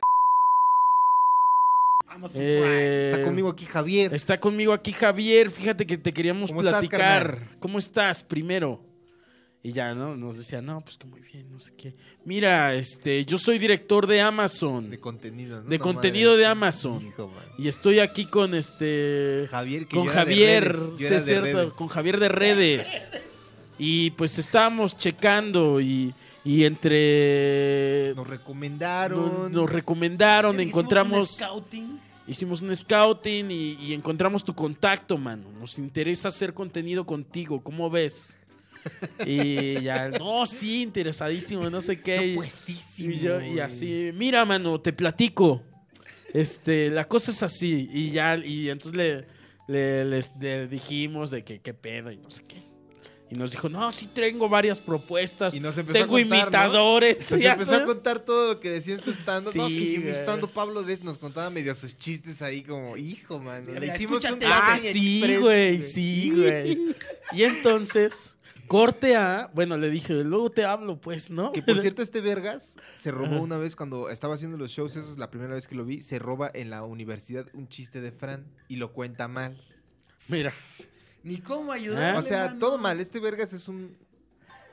[SPEAKER 4] Vamos,
[SPEAKER 2] eh,
[SPEAKER 3] Está conmigo aquí Javier.
[SPEAKER 2] Está conmigo aquí Javier, fíjate que te queríamos
[SPEAKER 3] ¿Cómo estás,
[SPEAKER 2] platicar.
[SPEAKER 3] carnal?
[SPEAKER 2] ¿Cómo estás primero? Y ya, ¿no? Nos decía, no, pues que muy bien, no sé qué. Mira, este, yo soy director de Amazon.
[SPEAKER 3] De contenido, ¿no?
[SPEAKER 2] De
[SPEAKER 3] No,
[SPEAKER 2] contenido
[SPEAKER 3] madre.
[SPEAKER 2] de Amazon.
[SPEAKER 3] Hijo, man.
[SPEAKER 2] Y estoy aquí con este.
[SPEAKER 3] Javier, que
[SPEAKER 2] con
[SPEAKER 3] yo era de
[SPEAKER 2] Javier.
[SPEAKER 3] redes, yo
[SPEAKER 2] sí,
[SPEAKER 3] era
[SPEAKER 2] es
[SPEAKER 3] de
[SPEAKER 2] cierto,
[SPEAKER 3] redes.
[SPEAKER 2] con Javier de redes. Y pues estábamos checando y, y entre.
[SPEAKER 3] Nos
[SPEAKER 2] no-
[SPEAKER 3] recomendaron.
[SPEAKER 2] nos
[SPEAKER 4] Juan.
[SPEAKER 2] recomendaron,
[SPEAKER 4] Hicimos un
[SPEAKER 2] encontramos.
[SPEAKER 4] scouting.
[SPEAKER 2] Hicimos un scouting y, y encontramos tu contacto, mano. Nos interesa hacer contenido contigo, ¿cómo ves? Y ya, no, sí, interesadísimo, no sé qué.
[SPEAKER 3] Yo
[SPEAKER 2] Y-
[SPEAKER 3] puestísimo,
[SPEAKER 2] y, yo- y
[SPEAKER 3] güey.
[SPEAKER 2] así, mira, mano, te platico. Este, la cosa es así. Y ya, y entonces le, le- les- le dijimos de que qué pedo y no sé qué. Y nos dijo, no, sí tengo varias propuestas.
[SPEAKER 3] Y nos empezó a
[SPEAKER 2] tengo
[SPEAKER 3] contar, ¿no?
[SPEAKER 2] imitadores.
[SPEAKER 3] Nos
[SPEAKER 2] Ya,
[SPEAKER 3] empezó
[SPEAKER 2] ¿no?
[SPEAKER 3] a contar todo lo que decía en su stand-up. no,
[SPEAKER 2] ¿eh? Sí,
[SPEAKER 3] que yo, mi
[SPEAKER 2] güey.
[SPEAKER 3] stand-up Pablo Des nos contaba medio sus chistes ahí como, hijo, mano. Le
[SPEAKER 4] Mira,
[SPEAKER 3] hicimos un
[SPEAKER 4] escúchate.
[SPEAKER 2] Ah,
[SPEAKER 3] Latin
[SPEAKER 2] sí,
[SPEAKER 3] Express,
[SPEAKER 2] güey, sí, güey. Y entonces, corte a. Bueno, le dije, luego te hablo, pues, ¿no?
[SPEAKER 3] Que por cierto, este Vergas se robó
[SPEAKER 2] Ajá.
[SPEAKER 3] una vez cuando estaba haciendo los shows, eso es la primera vez que lo vi, se roba en la universidad un chiste de Fran y lo cuenta mal.
[SPEAKER 2] Mira,
[SPEAKER 4] Ni cómo ayudar.
[SPEAKER 2] Ah.
[SPEAKER 3] O sea, todo mal. Este Vergas es un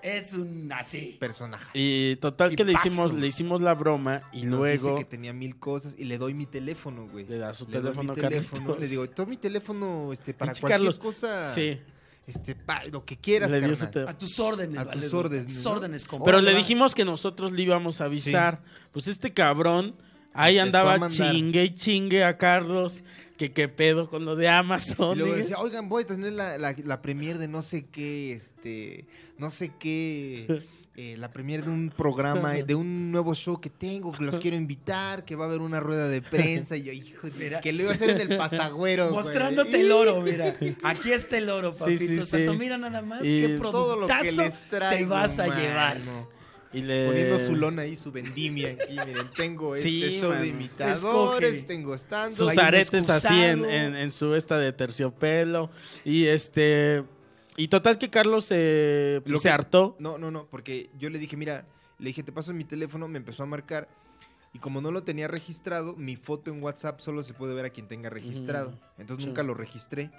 [SPEAKER 4] Es un así.
[SPEAKER 3] personaje.
[SPEAKER 2] y total que le
[SPEAKER 3] Tipazo.
[SPEAKER 2] hicimos, le hicimos la broma y
[SPEAKER 3] Y nos
[SPEAKER 2] luego
[SPEAKER 3] dice que tenía mil cosas y le doy mi teléfono, güey.
[SPEAKER 2] le da su
[SPEAKER 3] Le doy
[SPEAKER 2] teléfono,
[SPEAKER 3] mi teléfono,
[SPEAKER 2] Carlitos.
[SPEAKER 3] le digo, toma mi teléfono este, para
[SPEAKER 2] Pinche
[SPEAKER 3] cualquier
[SPEAKER 2] Carlos.
[SPEAKER 3] cosa.
[SPEAKER 2] Sí,
[SPEAKER 3] Este, pa- lo que quieras,
[SPEAKER 2] le dio
[SPEAKER 3] carnal.
[SPEAKER 2] su teléfono.
[SPEAKER 4] A tus órdenes,
[SPEAKER 3] A
[SPEAKER 4] Valerio,
[SPEAKER 3] tus órdenes,
[SPEAKER 4] A tus
[SPEAKER 3] ¿no?
[SPEAKER 4] órdenes, compa.
[SPEAKER 2] Pero
[SPEAKER 3] Órale,
[SPEAKER 2] le
[SPEAKER 3] va.
[SPEAKER 2] dijimos que nosotros le íbamos a avisar. Pues este cabrón ahí
[SPEAKER 3] Empezó a
[SPEAKER 2] andaba
[SPEAKER 3] mandar.
[SPEAKER 2] chingue y chingue a Carlos. Que qué pedo con lo de
[SPEAKER 3] Y
[SPEAKER 2] Amazon.
[SPEAKER 3] luego
[SPEAKER 2] dije.
[SPEAKER 3] decía, oigan, voy a tener la, la, la premier de no sé qué, este, no sé qué, eh, la premier de un programa, eh, de un nuevo show que tengo, que los quiero invitar, que va a haber una rueda de prensa, y yo, hijo, de-
[SPEAKER 4] Mira.
[SPEAKER 3] que lo iba a hacer en el pasagüero, güey.
[SPEAKER 4] Mostrándote el oro, mira. Aquí está el oro,
[SPEAKER 2] Sí,
[SPEAKER 4] papito.
[SPEAKER 2] sí, sí.
[SPEAKER 4] santo. Mira nada más
[SPEAKER 2] Y
[SPEAKER 4] qué
[SPEAKER 3] Y Todo lo que
[SPEAKER 4] productazo
[SPEAKER 3] les traigo,
[SPEAKER 4] te vas a llevar.
[SPEAKER 3] mano.
[SPEAKER 2] Y le...
[SPEAKER 3] Poniendo su lona ahí, su vendimia aquí, miren, tengo este
[SPEAKER 2] Sí,
[SPEAKER 3] show
[SPEAKER 2] mano.
[SPEAKER 3] de imitadores,
[SPEAKER 4] Escoge.
[SPEAKER 3] tengo stand
[SPEAKER 2] sus aretes así en, en- en su esta de terciopelo. Y este. Y total que Carlos eh, pues,
[SPEAKER 3] Lo
[SPEAKER 2] se
[SPEAKER 3] que-
[SPEAKER 2] hartó.
[SPEAKER 3] No, no, no, porque yo le dije, mira, le dije, te paso mi teléfono, me empezó a marcar. Y como no lo tenía registrado, mi foto en WhatsApp solo se puede ver a quien tenga registrado.
[SPEAKER 2] Ujú.
[SPEAKER 3] Entonces
[SPEAKER 2] Sí. Mm.
[SPEAKER 3] nunca lo registré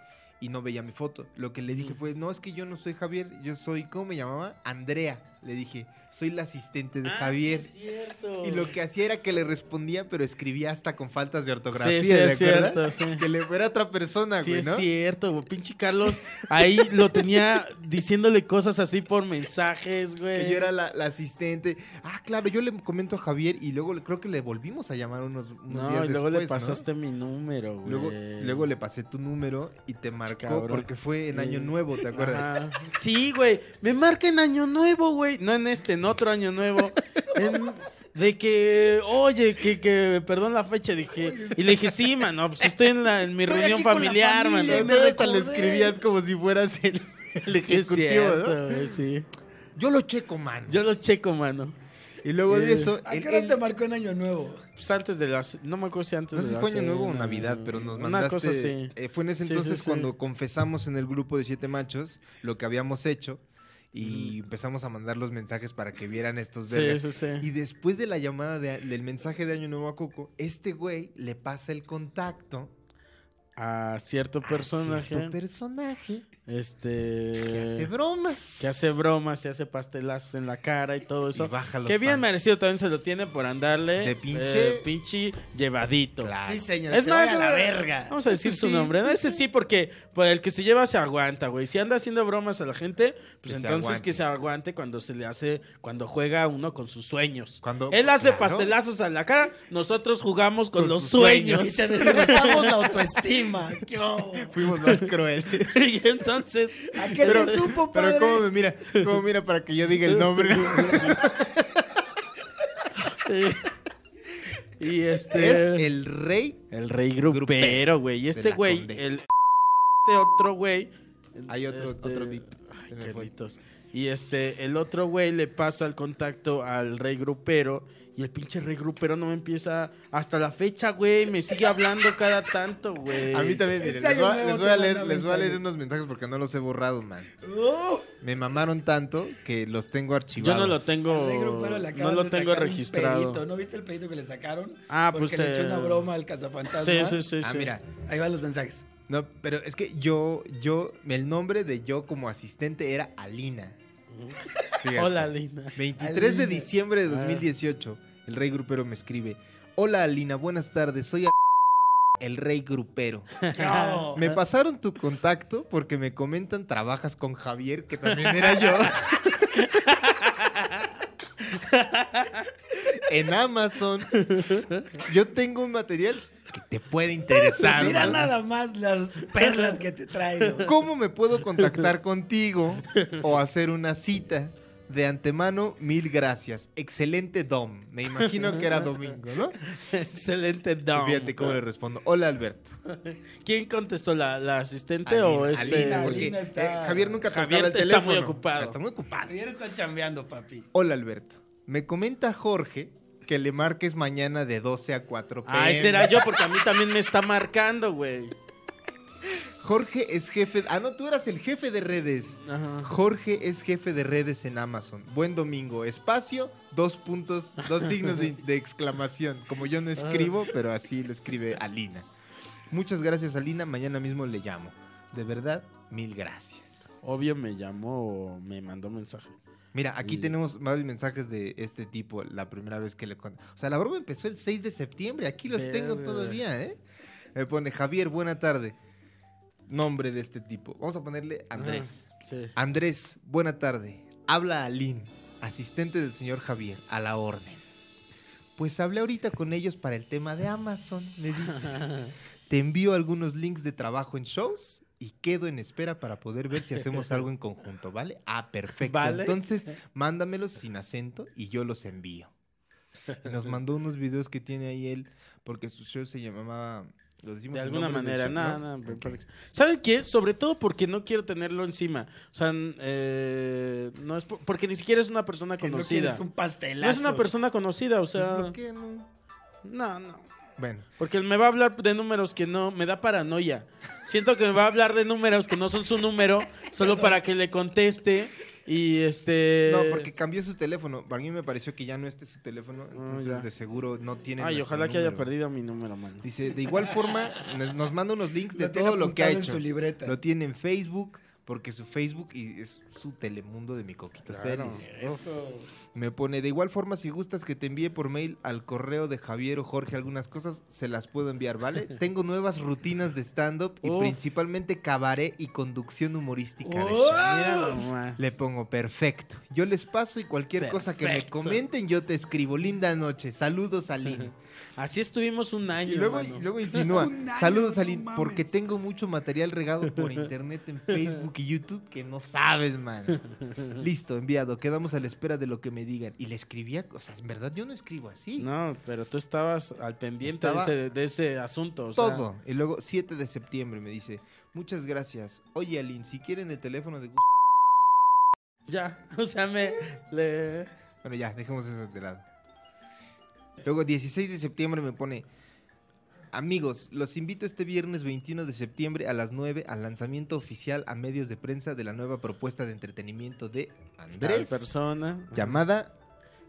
[SPEAKER 3] y no veía mi foto. Lo que le dije
[SPEAKER 2] Ujú.
[SPEAKER 3] fue, no, es que yo no soy Javier, yo soy, ¿cómo me llamaba? Andrea. Le dije, soy la asistente de Javier. Y lo que hacía era que le respondía, pero escribía hasta con faltas de ortografía,
[SPEAKER 2] Sí, sí, es
[SPEAKER 3] ¿de acuerdas?
[SPEAKER 2] cierto, sí.
[SPEAKER 3] Que le fuera otra persona,
[SPEAKER 2] Sí,
[SPEAKER 3] güey,
[SPEAKER 2] es
[SPEAKER 3] ¿no?
[SPEAKER 2] cierto, güey. Pinche Carlos ahí lo tenía diciéndole cosas así por mensajes, güey.
[SPEAKER 3] Que yo era la, la asistente. Ah, claro, yo le comento a Javier y luego le- creo que le volvimos a llamar unos, unos
[SPEAKER 2] No,
[SPEAKER 3] días
[SPEAKER 2] y
[SPEAKER 3] después,
[SPEAKER 2] luego le
[SPEAKER 3] ¿no?
[SPEAKER 2] pasaste mi número, güey.
[SPEAKER 3] Luego, luego le pasé tu número y te marcó
[SPEAKER 2] Cabrón.
[SPEAKER 3] porque fue en Año
[SPEAKER 2] Sí.
[SPEAKER 3] Nuevo, ¿te acuerdas?
[SPEAKER 2] Ajá. Sí, güey. Me marca en Año Nuevo, güey. No en este, en otro Año Nuevo. En- de que, oye, que, que, perdón la fecha, dije. Y le dije, sí, mano, pues estoy en, la, en mi
[SPEAKER 4] Estoy
[SPEAKER 2] reunión
[SPEAKER 4] aquí con la
[SPEAKER 2] familiar,
[SPEAKER 4] familia,
[SPEAKER 2] mano.
[SPEAKER 4] me
[SPEAKER 3] Entonces hasta le
[SPEAKER 4] recordé.
[SPEAKER 3] escribías como si fueras el, el
[SPEAKER 2] Sí, es
[SPEAKER 3] ejecutivo,
[SPEAKER 2] cierto,
[SPEAKER 3] ¿no?
[SPEAKER 2] güey, sí.
[SPEAKER 3] Yo lo checo, man.
[SPEAKER 2] Yo lo checo, mano.
[SPEAKER 3] Y luego de
[SPEAKER 2] Eh,
[SPEAKER 3] eso,
[SPEAKER 4] ¿A
[SPEAKER 3] él-
[SPEAKER 4] qué hora
[SPEAKER 3] él-
[SPEAKER 4] te marcó en Año Nuevo?
[SPEAKER 2] Pues antes de las. No me acuerdo si antes
[SPEAKER 3] no
[SPEAKER 2] de
[SPEAKER 3] sé si
[SPEAKER 2] la
[SPEAKER 3] fue año nuevo o
[SPEAKER 2] cena,
[SPEAKER 3] Navidad, pero nos
[SPEAKER 2] una
[SPEAKER 3] mandaste.
[SPEAKER 2] cosa así.
[SPEAKER 3] eh, fue en ese
[SPEAKER 2] Sí, sí,
[SPEAKER 3] entonces
[SPEAKER 2] sí.
[SPEAKER 3] cuando confesamos en el grupo de siete machos lo que habíamos hecho y empezamos a mandar los mensajes para que vieran estos
[SPEAKER 2] Sí,
[SPEAKER 3] vergas.
[SPEAKER 2] sí, sí.
[SPEAKER 3] Y después de la llamada de- del mensaje de Año Nuevo a Coco, este güey le pasa el contacto
[SPEAKER 2] A cierto personaje.
[SPEAKER 3] a cierto personaje
[SPEAKER 2] este.
[SPEAKER 3] que hace bromas.
[SPEAKER 2] que hace bromas, se hace pastelazos en la cara y todo
[SPEAKER 3] Y
[SPEAKER 2] eso.
[SPEAKER 3] baja los
[SPEAKER 2] Que bien
[SPEAKER 3] pantalones.
[SPEAKER 2] merecido también se lo tiene por andarle.
[SPEAKER 3] De pinche-
[SPEAKER 2] eh, pinche llevadito.
[SPEAKER 3] Claro.
[SPEAKER 4] Sí, señor.
[SPEAKER 2] Es
[SPEAKER 4] se
[SPEAKER 2] más,
[SPEAKER 4] vaya a
[SPEAKER 2] yo-
[SPEAKER 4] la verga.
[SPEAKER 2] Vamos a decir
[SPEAKER 3] Ese
[SPEAKER 2] su
[SPEAKER 3] sí,
[SPEAKER 2] nombre. ¿no?
[SPEAKER 3] ese
[SPEAKER 2] Ese sí, porque por el que se lleva se aguanta, güey. Si anda haciendo bromas a la gente, pues
[SPEAKER 3] Que se
[SPEAKER 2] entonces que
[SPEAKER 3] aguante.
[SPEAKER 2] se aguante cuando se le hace, cuando juega uno con sus sueños.
[SPEAKER 3] Cuando-
[SPEAKER 2] Él hace
[SPEAKER 3] claro.
[SPEAKER 2] pastelazos a la cara, nosotros jugamos con,
[SPEAKER 3] Con
[SPEAKER 2] los
[SPEAKER 3] sus
[SPEAKER 2] sueños.
[SPEAKER 4] Y te destrozamos la autoestima. ¿Qué hubo?
[SPEAKER 3] Fuimos más crueles.
[SPEAKER 2] y entonces.
[SPEAKER 4] ¿A qué
[SPEAKER 3] Pero-
[SPEAKER 4] te supo, padre?
[SPEAKER 3] Pero cómo me mira, cómo mira para que yo diga el nombre.
[SPEAKER 2] y este.
[SPEAKER 3] es el rey.
[SPEAKER 2] El rey grupero, güey. Y
[SPEAKER 3] de
[SPEAKER 2] este
[SPEAKER 3] la
[SPEAKER 2] güey,
[SPEAKER 3] condesa.
[SPEAKER 2] el este otro güey. Este,
[SPEAKER 3] Hay otro- otro bip.
[SPEAKER 2] ay,
[SPEAKER 3] Se me fue.
[SPEAKER 2] Carlitos. Y este, el otro güey le pasa el contacto al rey grupero. Y el pinche rey grupero no me empieza hasta la fecha, güey. Me sigue hablando cada tanto, güey.
[SPEAKER 3] A mí también, miren,
[SPEAKER 4] Este
[SPEAKER 3] les, voy a,
[SPEAKER 4] año nuevo
[SPEAKER 3] les voy
[SPEAKER 4] te
[SPEAKER 3] a leer,
[SPEAKER 4] manda
[SPEAKER 3] les voy a leer
[SPEAKER 4] mensajes.
[SPEAKER 3] unos mensajes porque no los he borrado, man.
[SPEAKER 4] Uf,
[SPEAKER 3] Me mamaron tanto que los tengo
[SPEAKER 2] Yo
[SPEAKER 3] archivados.
[SPEAKER 2] no lo tengo.
[SPEAKER 4] al negro Paro le
[SPEAKER 2] No
[SPEAKER 4] acaban
[SPEAKER 2] lo
[SPEAKER 4] de
[SPEAKER 2] tengo
[SPEAKER 4] sacar un
[SPEAKER 2] registrado.
[SPEAKER 4] pedito. ¿No viste el pedito que le sacaron?
[SPEAKER 2] Ah,
[SPEAKER 4] Porque
[SPEAKER 2] pues,
[SPEAKER 4] le echó
[SPEAKER 2] eh,
[SPEAKER 4] una broma al cazafantasma.
[SPEAKER 2] Sí, sí, sí.
[SPEAKER 3] Ah,
[SPEAKER 2] sí.
[SPEAKER 3] mira.
[SPEAKER 4] Ahí van los mensajes.
[SPEAKER 3] No, pero es que yo, yo, el nombre de yo como asistente era Alina. Fíjate.
[SPEAKER 2] Hola, Lina.
[SPEAKER 3] 23 de
[SPEAKER 4] Alina.
[SPEAKER 3] diciembre de
[SPEAKER 2] Ah.
[SPEAKER 3] 2018, el rey grupero me escribe. Hola Alina, buenas tardes, soy el rey grupero.
[SPEAKER 4] ¿Qué hubo?
[SPEAKER 3] Me pasaron tu contacto porque me comentan trabajas con Javier, que también era yo. en Amazon. Yo tengo un material que te puede interesar.
[SPEAKER 4] Mira
[SPEAKER 3] man.
[SPEAKER 4] nada más las perlas que te traigo.
[SPEAKER 3] ¿Cómo me puedo contactar contigo o hacer una cita? De antemano, mil gracias. Excelente Dom. Me imagino que era domingo, ¿no?
[SPEAKER 2] Excelente Dom.
[SPEAKER 3] Fíjate cómo le respondo. Hola, Alberto.
[SPEAKER 2] ¿Quién contestó? ¿La, la asistente
[SPEAKER 3] Alina,
[SPEAKER 2] o este?
[SPEAKER 3] Alina, porque,
[SPEAKER 4] Alina está-
[SPEAKER 3] eh, Javier nunca tocaba
[SPEAKER 2] Javier
[SPEAKER 3] el
[SPEAKER 2] está
[SPEAKER 3] teléfono.
[SPEAKER 2] muy ocupado.
[SPEAKER 3] Está muy ocupado.
[SPEAKER 4] Javier está chambeando, papi.
[SPEAKER 3] Hola, Alberto. Me comenta Jorge que le marques mañana de 12 a 4 p.m.
[SPEAKER 2] Ay, será Ah, yo, porque a mí también me está marcando, güey.
[SPEAKER 3] Jorge es jefe... Ah, no, tú eras el jefe de redes.
[SPEAKER 2] Ajá.
[SPEAKER 3] Jorge es jefe de redes en Amazon. Buen domingo. Espacio, dos puntos, dos signos de, de exclamación. Como yo no
[SPEAKER 2] Ah.
[SPEAKER 3] escribo, pero así lo escribe Alina. Muchas gracias, Alina. Mañana mismo le llamo. De verdad, mil gracias.
[SPEAKER 2] Obvio me llamó o me mandó mensaje.
[SPEAKER 3] Mira, aquí
[SPEAKER 2] Y-
[SPEAKER 3] tenemos más mensajes de este tipo la primera vez que le conté. O sea, la broma empezó el 6 de septiembre. Aquí los tengo
[SPEAKER 2] Verga.
[SPEAKER 3] todavía, ¿eh? Me pone Javier, buena tarde. Nombre de este tipo. Vamos a ponerle Andrés.
[SPEAKER 2] Ajá, Sí.
[SPEAKER 3] Andrés, buena tarde. Habla Alín, asistente del señor Javier, a la orden. Pues hablé ahorita con ellos para el tema de Amazon, me dice. Te envío algunos links de trabajo en shows y quedo en espera para poder ver si hacemos algo en conjunto, ¿vale? Ah, perfecto.
[SPEAKER 2] ¿Vale?
[SPEAKER 3] Entonces, mándamelos sin acento y yo los envío. Y nos mandó unos videos que tiene ahí él, porque su show se llamaba... ¿lo decimos
[SPEAKER 2] De
[SPEAKER 3] el
[SPEAKER 2] alguna
[SPEAKER 3] nombre del
[SPEAKER 2] manera,
[SPEAKER 3] show? ¿No?
[SPEAKER 2] nada, nada.
[SPEAKER 3] Ok.
[SPEAKER 2] pero- ¿Saben qué? Sobre todo porque no quiero tenerlo encima. O sea, n- eh, no es por- porque ni siquiera es una persona
[SPEAKER 4] Que no
[SPEAKER 2] conocida.
[SPEAKER 4] quieres
[SPEAKER 2] No,
[SPEAKER 4] un pastelazo.
[SPEAKER 2] es una persona conocida, o
[SPEAKER 3] Pues,
[SPEAKER 2] sea.
[SPEAKER 3] ¿por qué no?
[SPEAKER 2] No, no.
[SPEAKER 3] Bueno.
[SPEAKER 2] Porque él me va a hablar de números que no, me da paranoia. Siento que me va a hablar de números que no son su número, solo para que le conteste y este...
[SPEAKER 3] No, porque cambió su teléfono. Para mí me pareció que ya no este es su teléfono. Entonces,
[SPEAKER 2] Ah, ya.
[SPEAKER 3] de seguro no tiene.
[SPEAKER 2] Ay,
[SPEAKER 3] nuestro
[SPEAKER 2] ojalá que haya
[SPEAKER 3] número.
[SPEAKER 2] perdido mi número, mano.
[SPEAKER 3] Dice, de igual forma, nos- nos manda unos links de
[SPEAKER 4] Lo tiene
[SPEAKER 3] todo lo que ha
[SPEAKER 4] apuntado
[SPEAKER 3] hecho.
[SPEAKER 4] en su libreta.
[SPEAKER 3] Lo tiene en Facebook, porque su Facebook y es su telemundo de mi coquito
[SPEAKER 2] Claro.
[SPEAKER 3] series.
[SPEAKER 4] Eso.
[SPEAKER 3] Me pone, de igual forma, si gustas que te envíe por mail al correo de Javier o Jorge algunas cosas, se las puedo enviar, ¿vale? Tengo nuevas rutinas de stand-up y
[SPEAKER 2] Uf.
[SPEAKER 3] principalmente cabaret y conducción humorística de
[SPEAKER 4] Uf.
[SPEAKER 3] show.
[SPEAKER 2] Mira nomás.
[SPEAKER 3] Le pongo perfecto. Yo les paso y cualquier cosa que me
[SPEAKER 2] Perfecto.
[SPEAKER 3] comenten, yo te escribo. Linda noche. Saludos, Aline.
[SPEAKER 2] Así estuvimos un año,
[SPEAKER 3] Y luego,
[SPEAKER 2] mano.
[SPEAKER 3] y luego insinúa.
[SPEAKER 4] Un año,
[SPEAKER 3] Saludos,
[SPEAKER 4] no
[SPEAKER 3] Aline,
[SPEAKER 4] mames.
[SPEAKER 3] porque tengo mucho material regado por internet en Facebook y YouTube que no sabes, man. Listo, enviado. Quedamos a la espera de lo que me digan. Y le escribía cosas. En verdad, yo no escribo así.
[SPEAKER 2] No, pero tú estabas al pendiente
[SPEAKER 3] Estaba-
[SPEAKER 2] de, ese, de ese asunto. o sea,
[SPEAKER 3] Todo. Y luego, 7 de septiembre, me dice, muchas gracias. Oye, Aline, si quieren el teléfono de Gus
[SPEAKER 2] ya, o sea, me... Le...
[SPEAKER 3] Bueno, ya, dejemos eso de lado. Luego, 16 de septiembre me pone. Amigos, los invito este viernes 21 de septiembre a las 9 al lanzamiento oficial a medios de prensa de la nueva propuesta de entretenimiento de
[SPEAKER 2] Tal
[SPEAKER 3] Andrés,
[SPEAKER 2] persona,
[SPEAKER 3] llamada